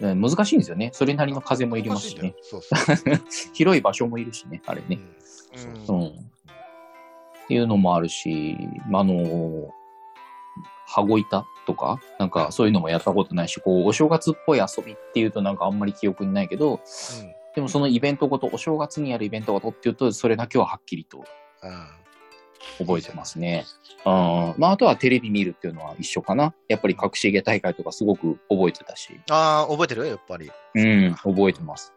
Speaker 1: 難しいんですよね。それなりの風もいりますしね。
Speaker 2: そうそう。
Speaker 1: 広い場所もいるしね、あれね。
Speaker 2: うん
Speaker 1: う。
Speaker 2: そう
Speaker 1: っ
Speaker 2: ん
Speaker 1: ていうのもあるし、まああの、羽子板とか、なんかそういうのもやったことないし、こう、お正月っぽい遊びっていうとなんかあんまり記憶にないけど、
Speaker 2: そううん
Speaker 1: でもそのイベントごと、お正月にやるイベントごとっていうと、それだけははっきりと
Speaker 2: あ
Speaker 1: 覚えてますね。うん。まあ、あとはテレビ見るっていうのは一緒かな。やっぱり隠し芸大会とかすごく覚えてたし、
Speaker 2: ーあー、覚えてるやっぱり。
Speaker 1: うん、覚えてます。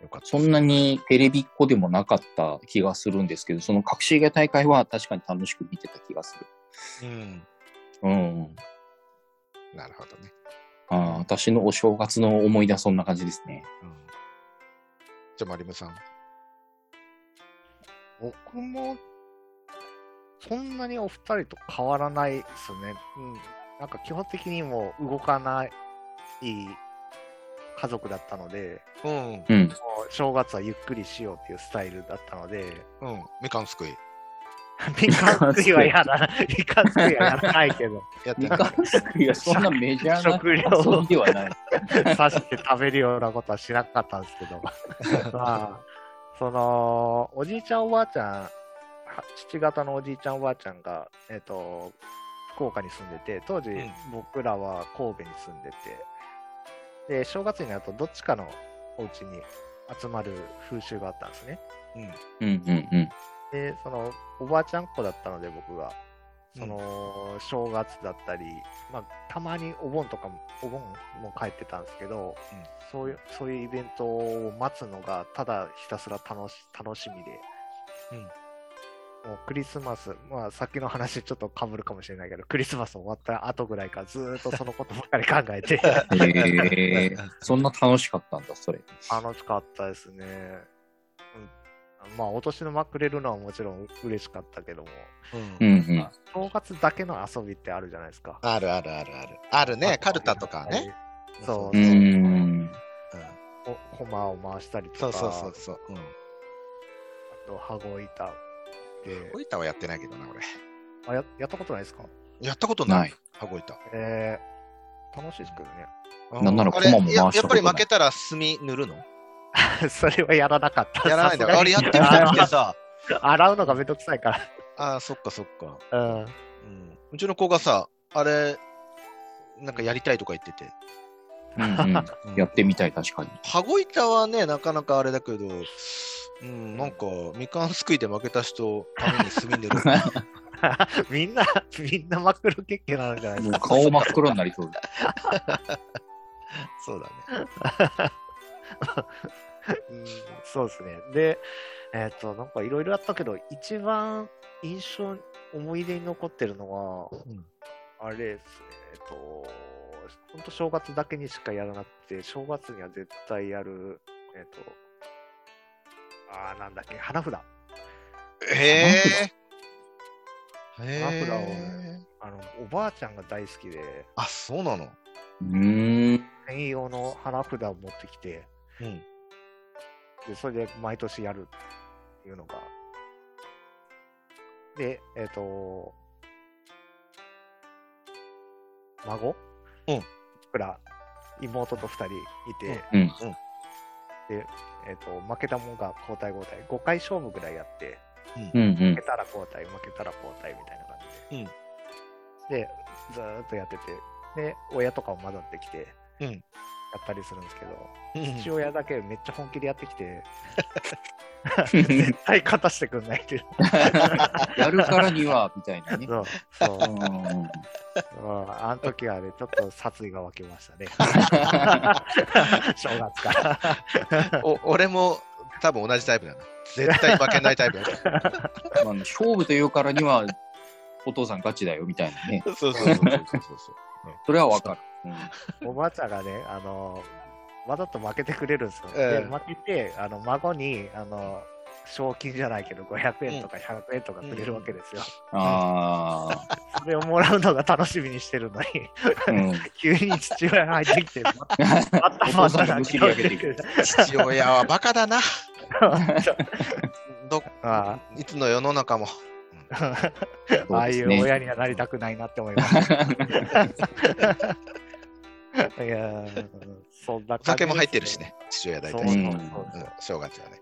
Speaker 2: よかった。
Speaker 1: そんなにテレビっ子でもなかった気がするんですけど、その隠し芸大会は確かに楽しく見てた気がする。
Speaker 2: うん。
Speaker 1: うん。
Speaker 2: なるほどね。
Speaker 1: あー私のお正月の思い出はそんな感じですね。
Speaker 2: うんじゃあ、マリムさん。
Speaker 3: 僕も、そんなにお二人と変わらないですね。うん。なんか基本的にもう動かない家族だったので、
Speaker 2: うん。
Speaker 1: うん。
Speaker 3: もう正月はゆっくりしようっていうスタイルだったので、
Speaker 2: うん。みかんすくい。
Speaker 3: みかんすいはやらない。みかんすいはやらないけど、
Speaker 2: やって
Speaker 1: み
Speaker 2: ない
Speaker 1: かんすくい はそんなメジャ
Speaker 3: 食料
Speaker 1: ーな遊びではない。
Speaker 3: 刺して食べるようなことはしなかったんです けど、まあ、その、おじいちゃんおばあちゃん、は父方のおじいちゃんおばあちゃんが、えっ、と、福岡に住んでて、当時
Speaker 2: うん
Speaker 3: 僕らは神戸に住んでて、で、正月になるとどっちかのお家に集まる風習があったんですね。
Speaker 2: うん。
Speaker 1: うんうんうん。
Speaker 3: で、その、おばあちゃんっ子だったので僕が、そ
Speaker 2: うん
Speaker 3: の、正月だったり、まあ、たまにお盆とかも、お盆も帰ってたんですけど、
Speaker 2: うん
Speaker 3: そういう、そういうイベントを待つのが、ただひたすら楽し、楽しみで、もうクリスマス、まあ、さっきの話ちょっと被るかもしれないけど、クリスマス終わった後ぐらいからずーっとそのことばっかり考 えて、
Speaker 1: へえそんな楽しかったんだ、それ。
Speaker 3: 楽しかったですね。うん、まあ、お年玉くれるのはもちろん嬉しかったけども、
Speaker 2: うん
Speaker 1: うんうん。
Speaker 3: 正月だけの遊びってあるじゃないですか。
Speaker 2: あるあるあるある。あるね、カルタとかね。。
Speaker 3: そうう
Speaker 1: ーん。
Speaker 2: うん
Speaker 3: こ駒を回したり
Speaker 2: そ
Speaker 3: と
Speaker 2: う
Speaker 3: か、
Speaker 2: そうそうそう。うん。
Speaker 3: あと羽子板で
Speaker 2: こ、いたはやってないけどな、俺。
Speaker 3: あややったことないですか
Speaker 2: やったことな。
Speaker 1: ないい。
Speaker 2: 羽子板。
Speaker 3: えー、楽しいですけどね。
Speaker 1: なんなら
Speaker 2: あれ
Speaker 1: 駒も回した
Speaker 2: ややっぱり
Speaker 1: ことない
Speaker 2: 負けたら墨塗 るの
Speaker 3: それはやらなかった。
Speaker 2: やらないんだよ。
Speaker 3: さ
Speaker 2: あ
Speaker 3: す
Speaker 2: れ
Speaker 3: が
Speaker 2: やっ
Speaker 3: に
Speaker 2: てみたくてさ。
Speaker 3: 洗うのがめんどくさいか
Speaker 2: ああ、そっかそっか。
Speaker 3: ら。うん。
Speaker 2: うん。うちの子がさ、あれ、なんかやりたいとか言ってて。
Speaker 1: うんうん。
Speaker 2: うん
Speaker 1: やってみたい、確かに。
Speaker 2: 羽子板はね、なかなかあれだけど、うん、なんか、みかんすくいで負けた人、ために墨塗る。
Speaker 3: みんな、 みんな真っ黒血球なんじゃないです
Speaker 1: もう
Speaker 3: か。
Speaker 1: 顔真っ黒になりそう
Speaker 2: そうだね。
Speaker 3: うんそうですね。で、えっ、と、なんかいろいろあったけど、一番印象、思い出に残ってるのは、
Speaker 2: うん
Speaker 3: あれですね、えっと、本当正月だけにしかやらなくて、正月には絶対やる、えっと、ああ、なんだっけ、花札。
Speaker 2: へえ。
Speaker 3: マフラーを
Speaker 2: へえ。
Speaker 3: あの、おばあちゃんが大好きで、
Speaker 2: あ、そうなの。
Speaker 1: うーん。
Speaker 3: 専用の花札を持ってきて、
Speaker 2: うん。
Speaker 3: で、それで毎年やるっていうのが。で、えっ、と、孫
Speaker 2: うん
Speaker 3: 僕ら、妹と二人いて、
Speaker 1: うんうん
Speaker 3: で、えっ、と、負けたもんが交代交代、5回勝負ぐらいやって、
Speaker 1: うんうん
Speaker 3: 負け。たら交代、負けたら交代みたいな感じで。で、ずーっとやってて、で、親とかも混ざってきて、
Speaker 2: うん
Speaker 3: やったりするんですけど、
Speaker 2: うん
Speaker 3: 父親だけめっちゃ本気でやってきて、絶対勝たしてくんないっていう。
Speaker 1: やるからには、みたいなね。
Speaker 3: そう、そう
Speaker 1: う、ん
Speaker 3: うんあの時はね、ちょっと殺意が湧きま したね。正月から。
Speaker 2: お俺も多分同じタイプだな。絶対負けないタイプだな。
Speaker 1: まあ、勝負というからには、お父さん勝ちだよ、みたいなね。
Speaker 2: そうそうそうそうそうそう。
Speaker 1: それはわかる。
Speaker 3: おばあちゃんがね、あの、わざと負けてくれるんですよ。
Speaker 2: ええ
Speaker 3: で、負けて、あの、孫に、あの、賞金じゃないけど、500円とか100円とかくれるわけですよ。
Speaker 1: うん、ああ。
Speaker 3: それをもらうのが楽しみにしてるのに、
Speaker 1: うん。
Speaker 3: 急に父親が入ってき て、また
Speaker 1: お父さ
Speaker 3: ま
Speaker 1: ん
Speaker 3: た
Speaker 1: が
Speaker 3: 泣
Speaker 1: む
Speaker 3: き
Speaker 1: し
Speaker 3: 倒
Speaker 1: り
Speaker 3: れ
Speaker 1: 上
Speaker 3: て
Speaker 1: げてい
Speaker 3: くれ
Speaker 1: く
Speaker 3: た。。
Speaker 2: 父親はバカだな。ど
Speaker 3: あ
Speaker 2: いつの世の中も。
Speaker 3: あああいう親にはなりたくないなって思 います。いやーそんな感じですね
Speaker 2: お酒も入ってるし。ね、父親大
Speaker 3: そう
Speaker 2: 体。
Speaker 3: そううそ
Speaker 2: ん
Speaker 3: う
Speaker 2: 正月はね。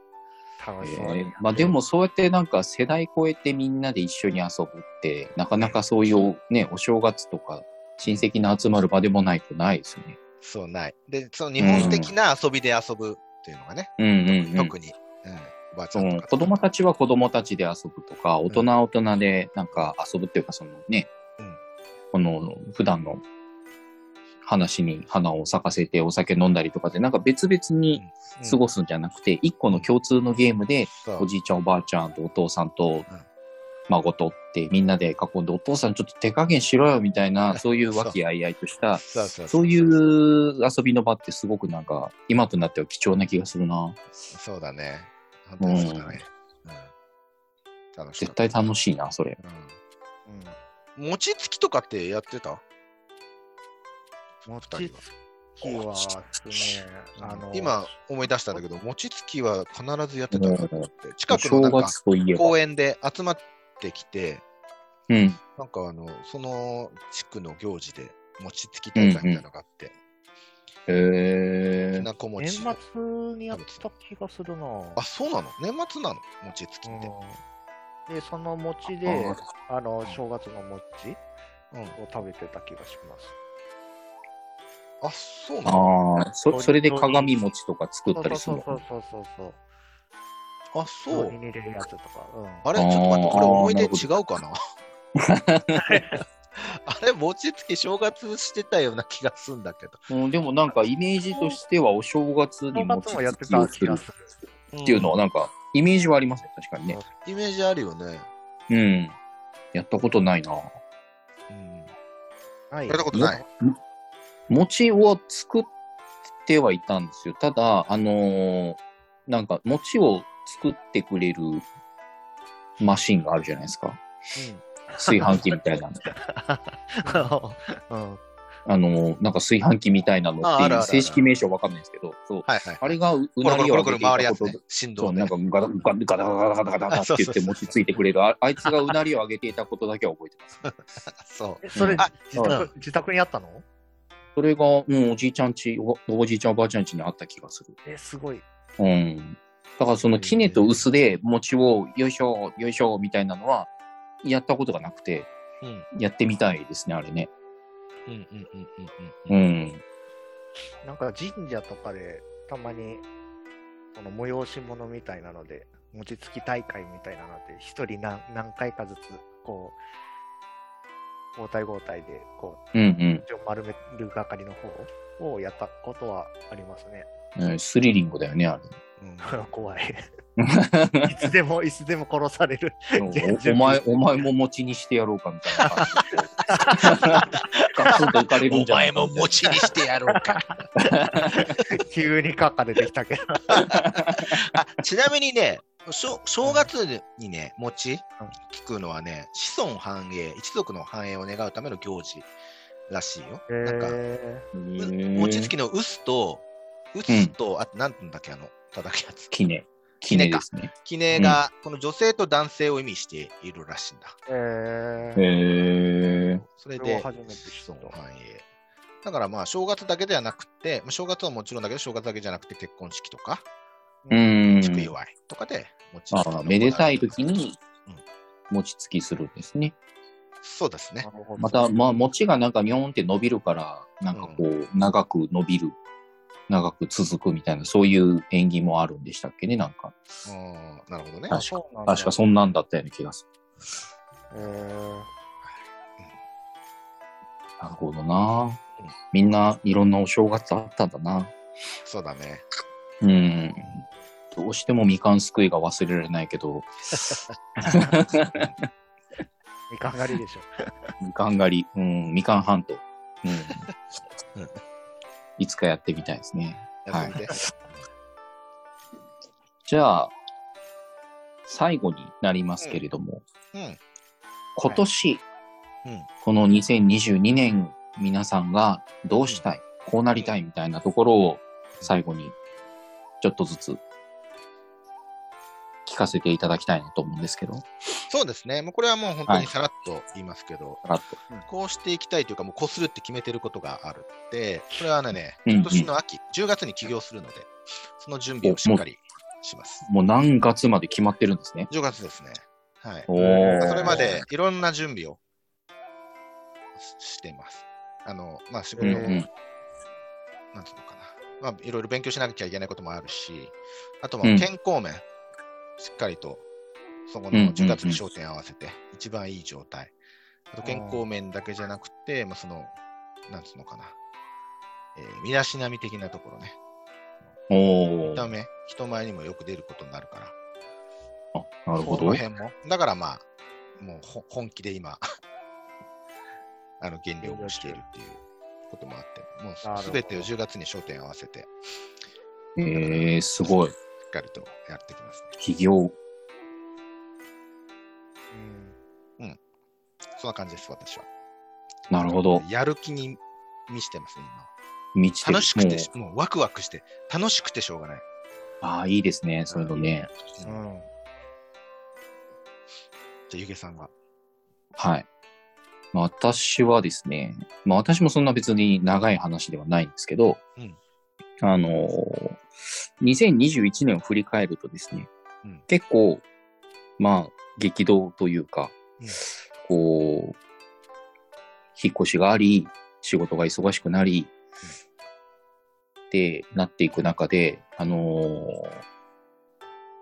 Speaker 3: 楽し
Speaker 1: え
Speaker 3: そうにやってる
Speaker 1: ーまあでもそうやってなんか世代超えてみんなで一緒に遊ぶってなかなかそういうねお正月とか親戚の集まる場でもないとないですよね。
Speaker 2: そうない。で、その日本的な遊びで遊ぶっていうのがね、
Speaker 1: うんうん、うん
Speaker 2: 特に、うん、おばあちゃ
Speaker 1: うんん、
Speaker 2: とか。
Speaker 1: 子供たちは子供たちで遊ぶとか大人は大人でなんか遊ぶっていうかそのね、
Speaker 2: うん
Speaker 1: この普段の話に花を咲かせてお酒飲んだりとかでなんか別々に過ごすんじゃなくて一個の共通のゲームで
Speaker 2: そう
Speaker 1: おじいちゃんおばあちゃんとお父さんと孫とってみんなで囲んでお父さんちょっと手加減しろよみたいなそういう和気あいあいとした
Speaker 2: そうそう
Speaker 1: そういう遊びの場ってすごくなんか今となっては貴重な気がするな
Speaker 2: そうだね。本当にそうだね。うん楽しか
Speaker 1: 絶
Speaker 2: っ
Speaker 1: 対楽しいなそれ
Speaker 2: た。
Speaker 3: うん
Speaker 2: うん餅つきとかってやってた
Speaker 3: 餅つきはですね、あの、
Speaker 2: 今思い出したんだけど、餅つきは必ずやってたなと思って、近
Speaker 1: お
Speaker 2: くのな
Speaker 1: 正
Speaker 2: んか
Speaker 1: 月といえば
Speaker 2: 公園で集まってきて、
Speaker 1: うん
Speaker 2: なんかあの、その地区の行事で餅つき大会みたいなのがあって、
Speaker 1: へ
Speaker 2: きなこ
Speaker 3: 年
Speaker 2: 餅。
Speaker 3: 末にやった気がするなぁ
Speaker 2: あ、そうなの年末なの餅つきって。
Speaker 3: うんで、その餅
Speaker 1: え
Speaker 3: で
Speaker 1: あ、
Speaker 3: あの、正月の餅
Speaker 2: うん。
Speaker 3: を食べてた気がします。
Speaker 2: あ、そうなの
Speaker 1: あーそそれで鏡餅とか作ったりするの
Speaker 3: そうそうそうそう
Speaker 2: あ、
Speaker 3: そう。
Speaker 2: そう
Speaker 3: に。入れるやつとか。うん
Speaker 2: あれちょっと待って、これ思い出
Speaker 1: あー
Speaker 2: 違うかな あれ、餅つき正月してたような気がすんだけど。
Speaker 1: うん、でもなんかイメージとしてはお正月に
Speaker 3: 正
Speaker 1: 餅
Speaker 3: 月もやっ
Speaker 1: つ
Speaker 3: て
Speaker 1: きを
Speaker 3: た
Speaker 1: す
Speaker 3: 気
Speaker 1: る
Speaker 3: が
Speaker 1: っ
Speaker 3: する。
Speaker 2: って
Speaker 1: いうのはなんかイメージはありますね確かにね
Speaker 2: イメージあるよね。
Speaker 1: うんやったことないな
Speaker 2: うん
Speaker 3: はい
Speaker 2: やったことない。
Speaker 1: 餅を作ってはいたんですよ。ただ、あのーなんか餅を作ってくれるマシンがあるじゃないですか。炊飯器みたいなの。
Speaker 3: うん。
Speaker 1: あのーなんか炊飯器みたいなの
Speaker 2: ああ
Speaker 1: って
Speaker 2: るあ
Speaker 1: い
Speaker 2: るあ
Speaker 1: う
Speaker 2: る
Speaker 1: 正式名称わかんないですけど、そう。
Speaker 2: はいはい。
Speaker 1: あれがうう
Speaker 2: コ
Speaker 1: な
Speaker 2: ロコロ
Speaker 1: り
Speaker 2: コ
Speaker 1: を
Speaker 2: ロ
Speaker 1: 上
Speaker 2: コ
Speaker 1: げ
Speaker 2: ロ
Speaker 1: ていた
Speaker 2: 回るやつ
Speaker 1: こと
Speaker 2: ね
Speaker 1: で。
Speaker 2: 振
Speaker 1: そう
Speaker 2: 動
Speaker 1: な
Speaker 2: ね
Speaker 1: ん。かガタガタガタガタガタガタって言って餅ついてくれるああいつがうなりを上げていたことだけは覚えてます。
Speaker 2: そ
Speaker 3: え それ、
Speaker 1: うん
Speaker 2: あ
Speaker 3: 自
Speaker 2: う
Speaker 3: 宅、自宅にあったの
Speaker 1: それが、うん、おじいちゃんちお、おじいちゃんおばあちゃんちにあった気がする。
Speaker 3: え、すごい。
Speaker 1: うん。だからそのキネと薄で餅をよいしょ、よいしょみたいなのはやったことがなくて、
Speaker 2: う。うん。
Speaker 1: やってみたいですね、あれね。
Speaker 2: うんうんうんうん
Speaker 1: う
Speaker 2: うん。
Speaker 1: ん。
Speaker 3: なんか神社とかで、たまに、この催し物みたいなので、餅つき大会みたいなので、一人何何回かずつ、こう、交代交代で、こ
Speaker 1: うんうん
Speaker 3: う、。一応丸める係の方をやったことはありますね。
Speaker 1: うんスリリングだよね、あ
Speaker 2: うん
Speaker 3: 怖い。
Speaker 1: れ。
Speaker 3: いつでも、いつでも殺され る。
Speaker 1: おお前、お前も持ちにしてやろうかみたいな感じで。ガツンと浮かれるん
Speaker 2: お
Speaker 1: じゃな
Speaker 2: 前
Speaker 1: い
Speaker 2: も持ちにしてやろうか。
Speaker 3: 急に書かれてきたけど。
Speaker 2: あちなみにね、しょ正月にね、餅つくのはね、子孫繁栄、一族の繁栄を願うための行事らしいよ。なんか、
Speaker 3: え
Speaker 1: うん
Speaker 2: 餅つきの臼と、臼と、あと、なんていうんだっけ、あの、叩くやつ。
Speaker 1: キネ。キネですね。
Speaker 2: 記念が、この女性と男性を意味しているらしいんだ。
Speaker 3: ー、えー、
Speaker 1: へえ。
Speaker 2: それ
Speaker 3: それ
Speaker 2: で、
Speaker 3: を初めて知った
Speaker 2: 子孫繁栄。だからまあ、正月だけではなくて、まあ、正月はもちろんだけど、正月だけじゃなくて、結婚式とか、
Speaker 1: うん。
Speaker 2: 祝祝いとかで餅つ
Speaker 1: あ
Speaker 2: くの
Speaker 1: あ、
Speaker 2: も
Speaker 1: めでたい時に
Speaker 2: うん
Speaker 1: 餅つきするんですね。
Speaker 2: そうですね
Speaker 3: な。るほど
Speaker 1: また、まあ、餅がなんかにょんって伸びるから、なんかこう、長く伸びる、長く続くみたいな、そういう縁起もあるんでしたっけね、なんか。
Speaker 2: うんなるほどね。
Speaker 1: 確か
Speaker 3: そうなんだ
Speaker 1: 確かそんなんだったような気がする。
Speaker 3: えー
Speaker 1: なるほどな。みんないろんなお正月あったんだな。
Speaker 2: そうだね。
Speaker 1: うん。どうしてもみかんすくいが忘れられないけど、
Speaker 3: みかん狩りでしょ。
Speaker 1: みかん狩り、うん、みかん半島。 うん
Speaker 2: うん。
Speaker 1: いつかやってみたいですね。
Speaker 2: やってみて。
Speaker 1: じゃあ、最後になりますけれども、
Speaker 2: うん。
Speaker 1: 今年、
Speaker 2: うん
Speaker 1: この2022年、皆さんがどうしたい、こうなりたいみたいなところを最後に、ちょっとずつ聞かせていただきたいなと思うんですけど、
Speaker 2: そうですね。もうこれはもう本当にさらっと言いますけど、
Speaker 1: さらっと
Speaker 2: こうしていきたいというか、もうこうするって決めてることがあるって、これはね、
Speaker 1: うんうん
Speaker 2: 今年の秋、10月に起業するので、その準備をしっかりします。
Speaker 1: もう何月まで決まってるんですね。
Speaker 2: 10月ですね。はい。
Speaker 1: おー
Speaker 2: それまでいろんな準備をししています。あの、まあ、仕
Speaker 1: う
Speaker 2: 事
Speaker 1: ん
Speaker 2: を、
Speaker 1: う
Speaker 3: え
Speaker 1: ん
Speaker 2: なんていうのかな。まあ、いろいろ勉強しなきゃいけないこともあるし、あとは
Speaker 1: うん
Speaker 2: 健康面、しっかりと、そこの
Speaker 1: うん
Speaker 2: 10月に焦点を合わせて、一番いい状態。あと健康面だけじゃなくて、まあ、その、なんつうのかな。えー身だしなみ的なところね。
Speaker 1: おー
Speaker 2: 見た目、人前にもよく出ることになるから。
Speaker 1: あなるほ
Speaker 2: こ
Speaker 1: ど。
Speaker 2: の
Speaker 1: う
Speaker 2: 辺も。だからまあ、もうほ本気で今、 あの、減量をしているっていうこともあって、も
Speaker 3: なる
Speaker 2: う
Speaker 3: ほ
Speaker 2: す
Speaker 3: ど
Speaker 2: べてを10月に焦点を合わせて、し
Speaker 1: えー、すごい。
Speaker 2: っかりとやってきますね。
Speaker 1: 起業。
Speaker 3: うん
Speaker 2: そんな感じです、私は。
Speaker 1: なるほど。
Speaker 2: やる気に見してますね、今は
Speaker 1: 満ちてる。
Speaker 2: 楽しくて
Speaker 1: もう
Speaker 2: し、もうワクワクして、楽しくてしょうがない。
Speaker 1: ああ、いいですね。そういうのね。
Speaker 2: う
Speaker 3: うんん。
Speaker 2: じゃあ、ゆげさんは。
Speaker 1: はい。まあ私はですね、まあ私もそんな別に長い話ではないんですけど、
Speaker 2: うん
Speaker 1: あのー、2021年を振り返るとですね、
Speaker 2: うん
Speaker 1: 結構、まあ激動というか、
Speaker 2: うん
Speaker 1: こう、引っ越しがあり、仕事が忙しくなり、ってなっていく中で、あのー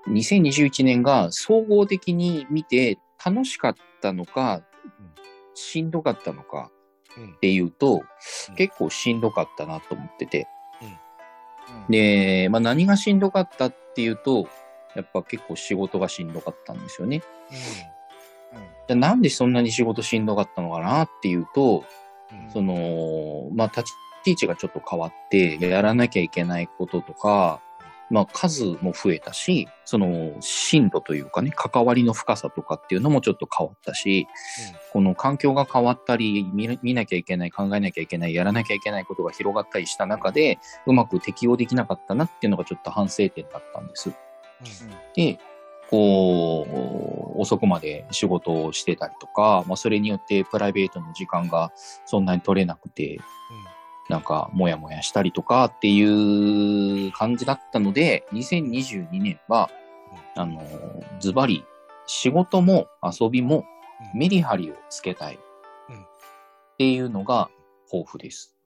Speaker 1: 2021年が総合的に見て楽しかったのか
Speaker 2: うん、
Speaker 1: しんどかったのか
Speaker 2: うん
Speaker 1: っ。ていうと
Speaker 2: う、ん
Speaker 1: 結構しんどかったなと思ってて。
Speaker 3: うん、
Speaker 1: で、まあ、何がしんどかったっていうと、やっぱ結構仕事がしんどかったんですよね。じゃあなんでそんなに仕事しんどかったのかなっていうと、
Speaker 2: うん。うん
Speaker 1: その、まあ、立ち位置がちょっと変わって、やらなきゃいけないこととか、まあ、数も増えたし、その、深度というかね、関わりの深さとかっていうのもちょっと変わったし、この環境が変わったり見、見なきゃいけない、考えなきゃいけない、やらなきゃいけないことが広がったりした中で、うまく適応できなかったなっていうのがちょっと反省点だったんです。で、こう、遅くまで仕事をしてたりとか、まあ、それによってプライベートの時間がそんなに取れなくて、なんか、もやもやしたりとかっていう感じだったので、2022年は、あの、ズバリ、仕事も遊びもメリハリをつけたい。
Speaker 2: うん
Speaker 1: っていうのが抱負です。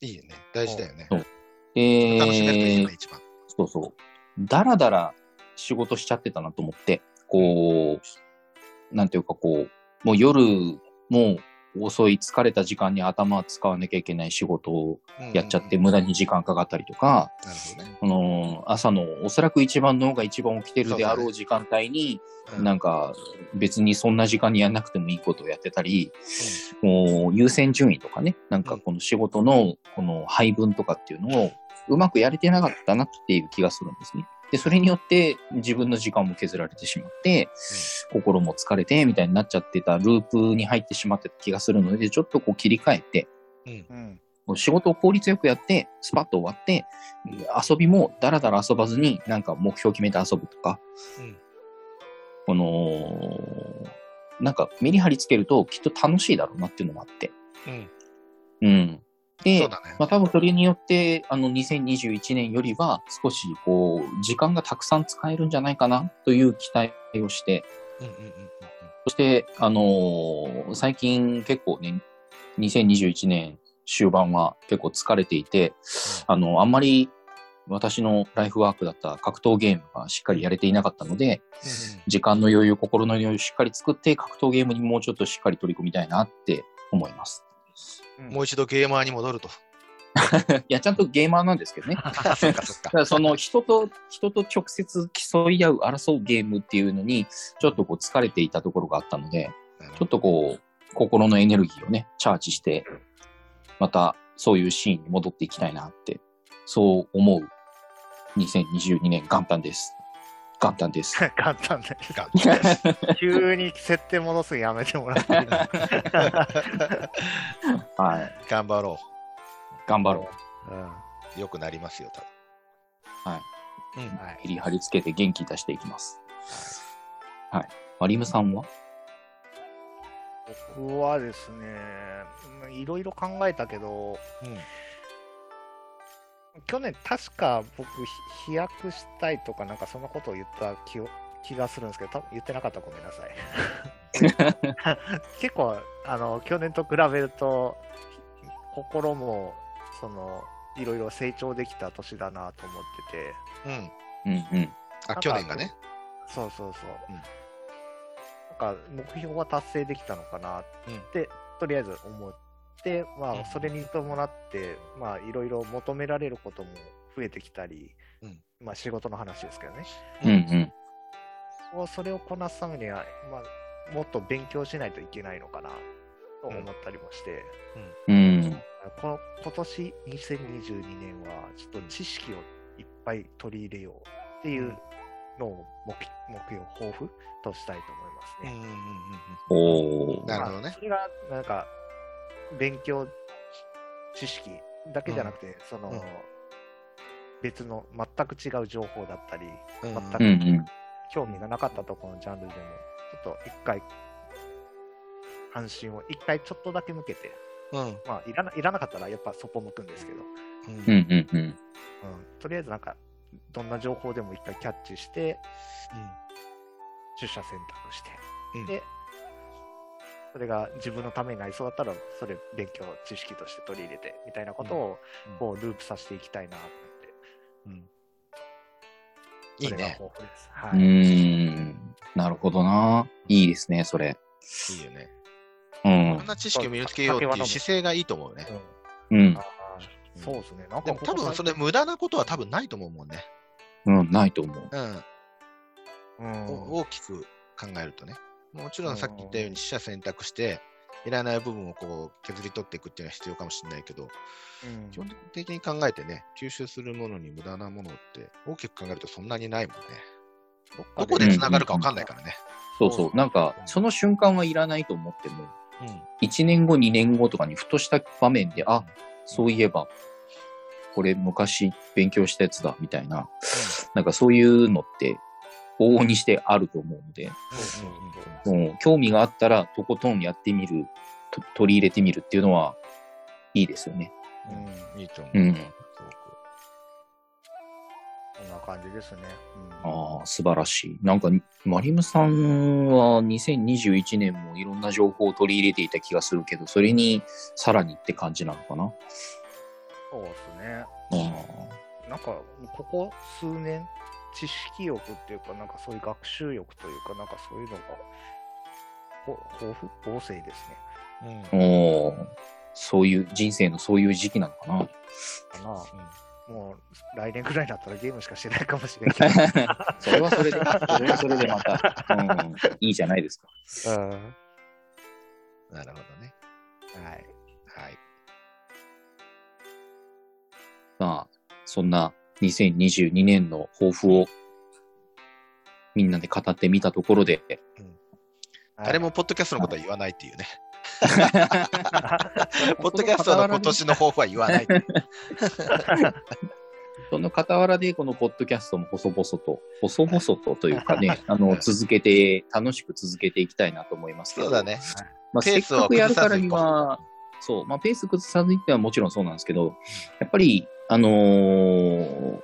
Speaker 2: いいよね。大事だよね。
Speaker 1: そう
Speaker 2: 楽
Speaker 1: で、
Speaker 2: しめるといいよね、一番。
Speaker 1: そうそう。だらだら仕事しちゃってたなと思って、こう、なんていうかこう、もう夜、もう遅い疲れた時間に頭を使わなきゃいけない仕事をやっちゃって無駄に時間かかったりとか、
Speaker 2: なるほどね。
Speaker 1: あの朝のおそらく一番脳が一番起きてるであろう時間帯に、
Speaker 2: うん
Speaker 1: なんか別にそんな時間にやんなくてもいいことをやってたり、もう優先順位とかね、なんかこの仕事のこの配分とかっていうのをうまくやれてなかったなっていう気がするんですね。で、それによって自分の時間も削られてしまって、心も疲れてみたいになっちゃってたループに入ってしまってた気がするので、ちょっとこう切り替えて、
Speaker 3: うん。
Speaker 1: もう仕事を効率よくやって、スパッと終わって、うん遊びもだらだら遊ばずに、なんか目標決めて遊ぶとか、
Speaker 2: うん
Speaker 1: この、なんかメリハリつけるときっと楽しいだろうなっていうのもあって。
Speaker 2: うん。
Speaker 1: うん。
Speaker 2: そ
Speaker 1: で
Speaker 2: う、だね。
Speaker 1: まあ多分それによって、あの2021年よりは少しこう、時間がたくさん使えるんじゃないかなという期待をして、
Speaker 2: うんうんうんうん
Speaker 1: そして、あのー最近結構ね、2021年終盤は結構疲れていて、あの、あんまり私のライフワークだった格闘ゲームがしっかりやれていなかったので、時間の余裕、心の余裕をしっかり作って、格闘ゲームにもうちょっとしっかり取り組みたいなって思います。
Speaker 3: う
Speaker 2: うんんもう一度ゲーマーに戻ると。
Speaker 1: いや、ちゃんとゲーマーなんですけど ね。
Speaker 2: そっかそっか
Speaker 1: た。だその人と、人と直接競い合う、争うゲームっていうのに、ちょっとこう疲れていたところがあったので、ちょっとこう、心のエネルギーをね、チャージして、またそういうシーンに戻っていきたいなって、そう思う2022年元旦です。元旦です。
Speaker 3: 簡単で。
Speaker 2: ガン
Speaker 3: 急に設定戻すのやめてもら っていいですか
Speaker 1: はい。
Speaker 2: 頑張ろ
Speaker 1: 頑張ろ
Speaker 3: うん。は。
Speaker 2: う。よくなりますよ、多分。。
Speaker 1: はい
Speaker 2: うん。
Speaker 1: う。切り貼りつけて元気出していきます。はい。マリムさんはい
Speaker 3: 僕はですね、いろいろ考えたけど、
Speaker 2: うん
Speaker 3: 去年確か僕ひ飛躍したいとかなんかそんなことを言った気を気がするんですけど多分言ってなかったらごめんなさい結構あの去年と比べるとひ心もそのいろいろ成長できた年だなと思ってて
Speaker 2: うん。
Speaker 1: うんうん。
Speaker 2: あ、去年がね。
Speaker 3: そうそうそう、
Speaker 2: うん
Speaker 3: なんか目標は達成できたのかなって、とりあえず思ってま
Speaker 2: うん
Speaker 3: あそれに伴ってまあいろいろ求められることも増えてきたり、
Speaker 2: うん
Speaker 3: まあ仕事の話ですけどね
Speaker 1: うんうん。
Speaker 3: もうそれをこなすためには、まあ、もっと勉強しないといけないのかなと思ったりもして、
Speaker 1: うん。
Speaker 3: この今年2022年はちょっと知識をいっぱい取り入れようっていうのを目目標抱負としたいと思います
Speaker 2: うんうんう
Speaker 3: ね。
Speaker 2: んうん
Speaker 1: おー。
Speaker 2: なるほどね
Speaker 3: まあそれがなんか勉強知識だけじゃなくて、その、
Speaker 2: うん
Speaker 3: 別の全く違う情報だったり、
Speaker 2: うん
Speaker 3: 全
Speaker 1: う
Speaker 3: く
Speaker 1: んうん。
Speaker 3: 興味がなかったところのジャンルでも、ちょっと一回、関心を一回ちょっとだけ向けて、
Speaker 2: うん
Speaker 3: まあ、いらないらなかったらやっぱそこ向くんですけど、
Speaker 2: うん
Speaker 1: うんうんうん。
Speaker 3: うん、とりあえずなんか、どんな情報でも一回キャッチして、取捨選択して、
Speaker 2: うん
Speaker 3: で、それが自分のためになりそうだったら、それ勉強、知識として取り入れて、みたいなことを、
Speaker 2: うん
Speaker 3: こう、ループさせていきたいなって、
Speaker 2: うんい
Speaker 3: そ
Speaker 2: い
Speaker 3: れが
Speaker 2: ね。
Speaker 3: 豊富です。は
Speaker 1: う
Speaker 3: い。
Speaker 1: ーん。なるほどな。いいですね、それ。
Speaker 2: いいよね。
Speaker 1: う
Speaker 2: こ
Speaker 1: ん
Speaker 2: ん。な知識を身につけようっていう姿勢がいいと思うね。
Speaker 1: うん
Speaker 3: あ。ーそうですね。なん
Speaker 2: で
Speaker 3: か
Speaker 2: も多分それ無駄なことは多分ないと思うもんね。
Speaker 1: うん。ないと思う。
Speaker 2: うん。
Speaker 3: うん
Speaker 2: お大きく考えるとね。もちろんさっき言ったように死者選択して、いらない部分をこう削り取っていくっていうのは必要かもしれないけど、
Speaker 3: うん
Speaker 2: 基本的に考えてね、吸収するものに無駄なものって大きく考えるとそんなにないもんね。どこで繋がるか分かんないからね。
Speaker 1: そうそう。なんか、その瞬間はいらないと思っても、
Speaker 2: うん。
Speaker 1: 1年後、2年後とかにふとした場面で、あ、そういえば、これ昔勉強したやつだ、みたいな、なんかそういうのって、往々にしてあると思うので、
Speaker 3: そうそうそう
Speaker 1: もう興味があったら、とことんやってみる、と取り入れてみるっていうのは、いいですよね。
Speaker 2: うん
Speaker 3: う
Speaker 2: いいと思う。
Speaker 1: うん
Speaker 2: すごく
Speaker 3: こんな感じですね。うん
Speaker 1: ああ、素晴らしい。なんか、マリムさんは2021年もいろんな情報を取り入れていた気がするけど、それにさらにって感じなのかな。
Speaker 3: そうですね。
Speaker 1: うん
Speaker 3: なんか、ここ数年、知識欲っていうか、なんかそういう学習欲というか、なんかそういうのが、ほ抱負旺盛ですね。
Speaker 2: うん。
Speaker 1: おーそういう、人生のそういう時期なのか な。
Speaker 3: かな
Speaker 2: うん
Speaker 3: もう来年ぐらいになったらゲームしかしてないかもしれな いけど。
Speaker 1: それはそれで、それはそれでまた、うん、いいじゃないですか。
Speaker 3: うんは
Speaker 2: なるほどね。
Speaker 3: い。
Speaker 2: はい。
Speaker 1: まあ、そんな2022年の抱負をみんなで語ってみたところで、
Speaker 2: 誰もポッドキャストのことは言わないっていうね。
Speaker 3: はい。
Speaker 2: ポッドキャストの今年の抱負は言わ ないっていう。
Speaker 1: その傍らでこのポッドキャストも細々と、細々とというか ね、あの、続けて、楽しく続けていきたいなと思いますけど、
Speaker 2: そうだね。
Speaker 1: まあ、
Speaker 2: ペ
Speaker 1: せっ
Speaker 2: ースを
Speaker 1: かく
Speaker 2: 崩
Speaker 1: やる
Speaker 2: さ
Speaker 1: か
Speaker 2: ず
Speaker 1: ら
Speaker 2: に
Speaker 1: には、そう、まあ、ペース崩さずにってのはもちろんそうなんですけど、やっぱり、あのー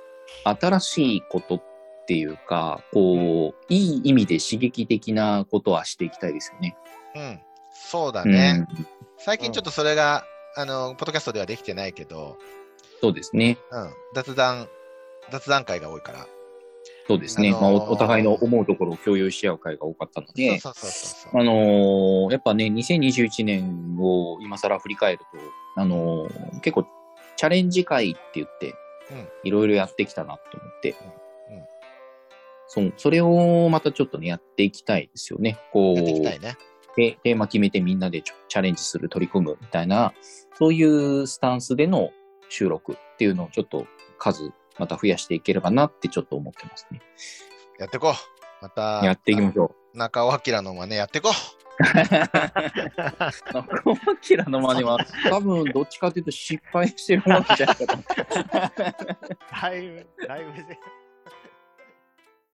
Speaker 1: 新しいことっていうか、こう、いい意味で刺激的なことはしていきたいですよね。
Speaker 2: うん。そうだね。
Speaker 1: うん、
Speaker 2: 最近ちょっとそれが、あの、ポッドキャストではできてないけど、
Speaker 1: そうですね。
Speaker 2: うん。雑談、雑談会が多いから。
Speaker 1: そうですね。
Speaker 2: あのー
Speaker 1: まあお、お互いの思うところを共有し合う会が多かったので、
Speaker 2: そうそうそうそう。
Speaker 1: あのーやっぱね、2021年を今更振り返ると、あのー結構チャレンジ会って言って
Speaker 2: うん、
Speaker 1: いろいろやってきたなと思って、
Speaker 2: うんうん
Speaker 1: そうそれをまたちょっとね、やっていきたいですよね。こ
Speaker 2: や
Speaker 1: う
Speaker 2: っていきたいね。
Speaker 1: テテーマ決めてみんなでちょチャレンジする、取り組むみたいな、そういうスタンスでの収録っていうのをちょっと数、また増やしていければなってちょっと思ってますね。
Speaker 2: やっていこう。また、
Speaker 1: やっていきましょう。
Speaker 2: あの中尾明の真似やっていこう。
Speaker 1: 中尾明の真似は、多分どっちかというと失敗してるわけじゃないかと思う
Speaker 3: だいぶ、だいぶ、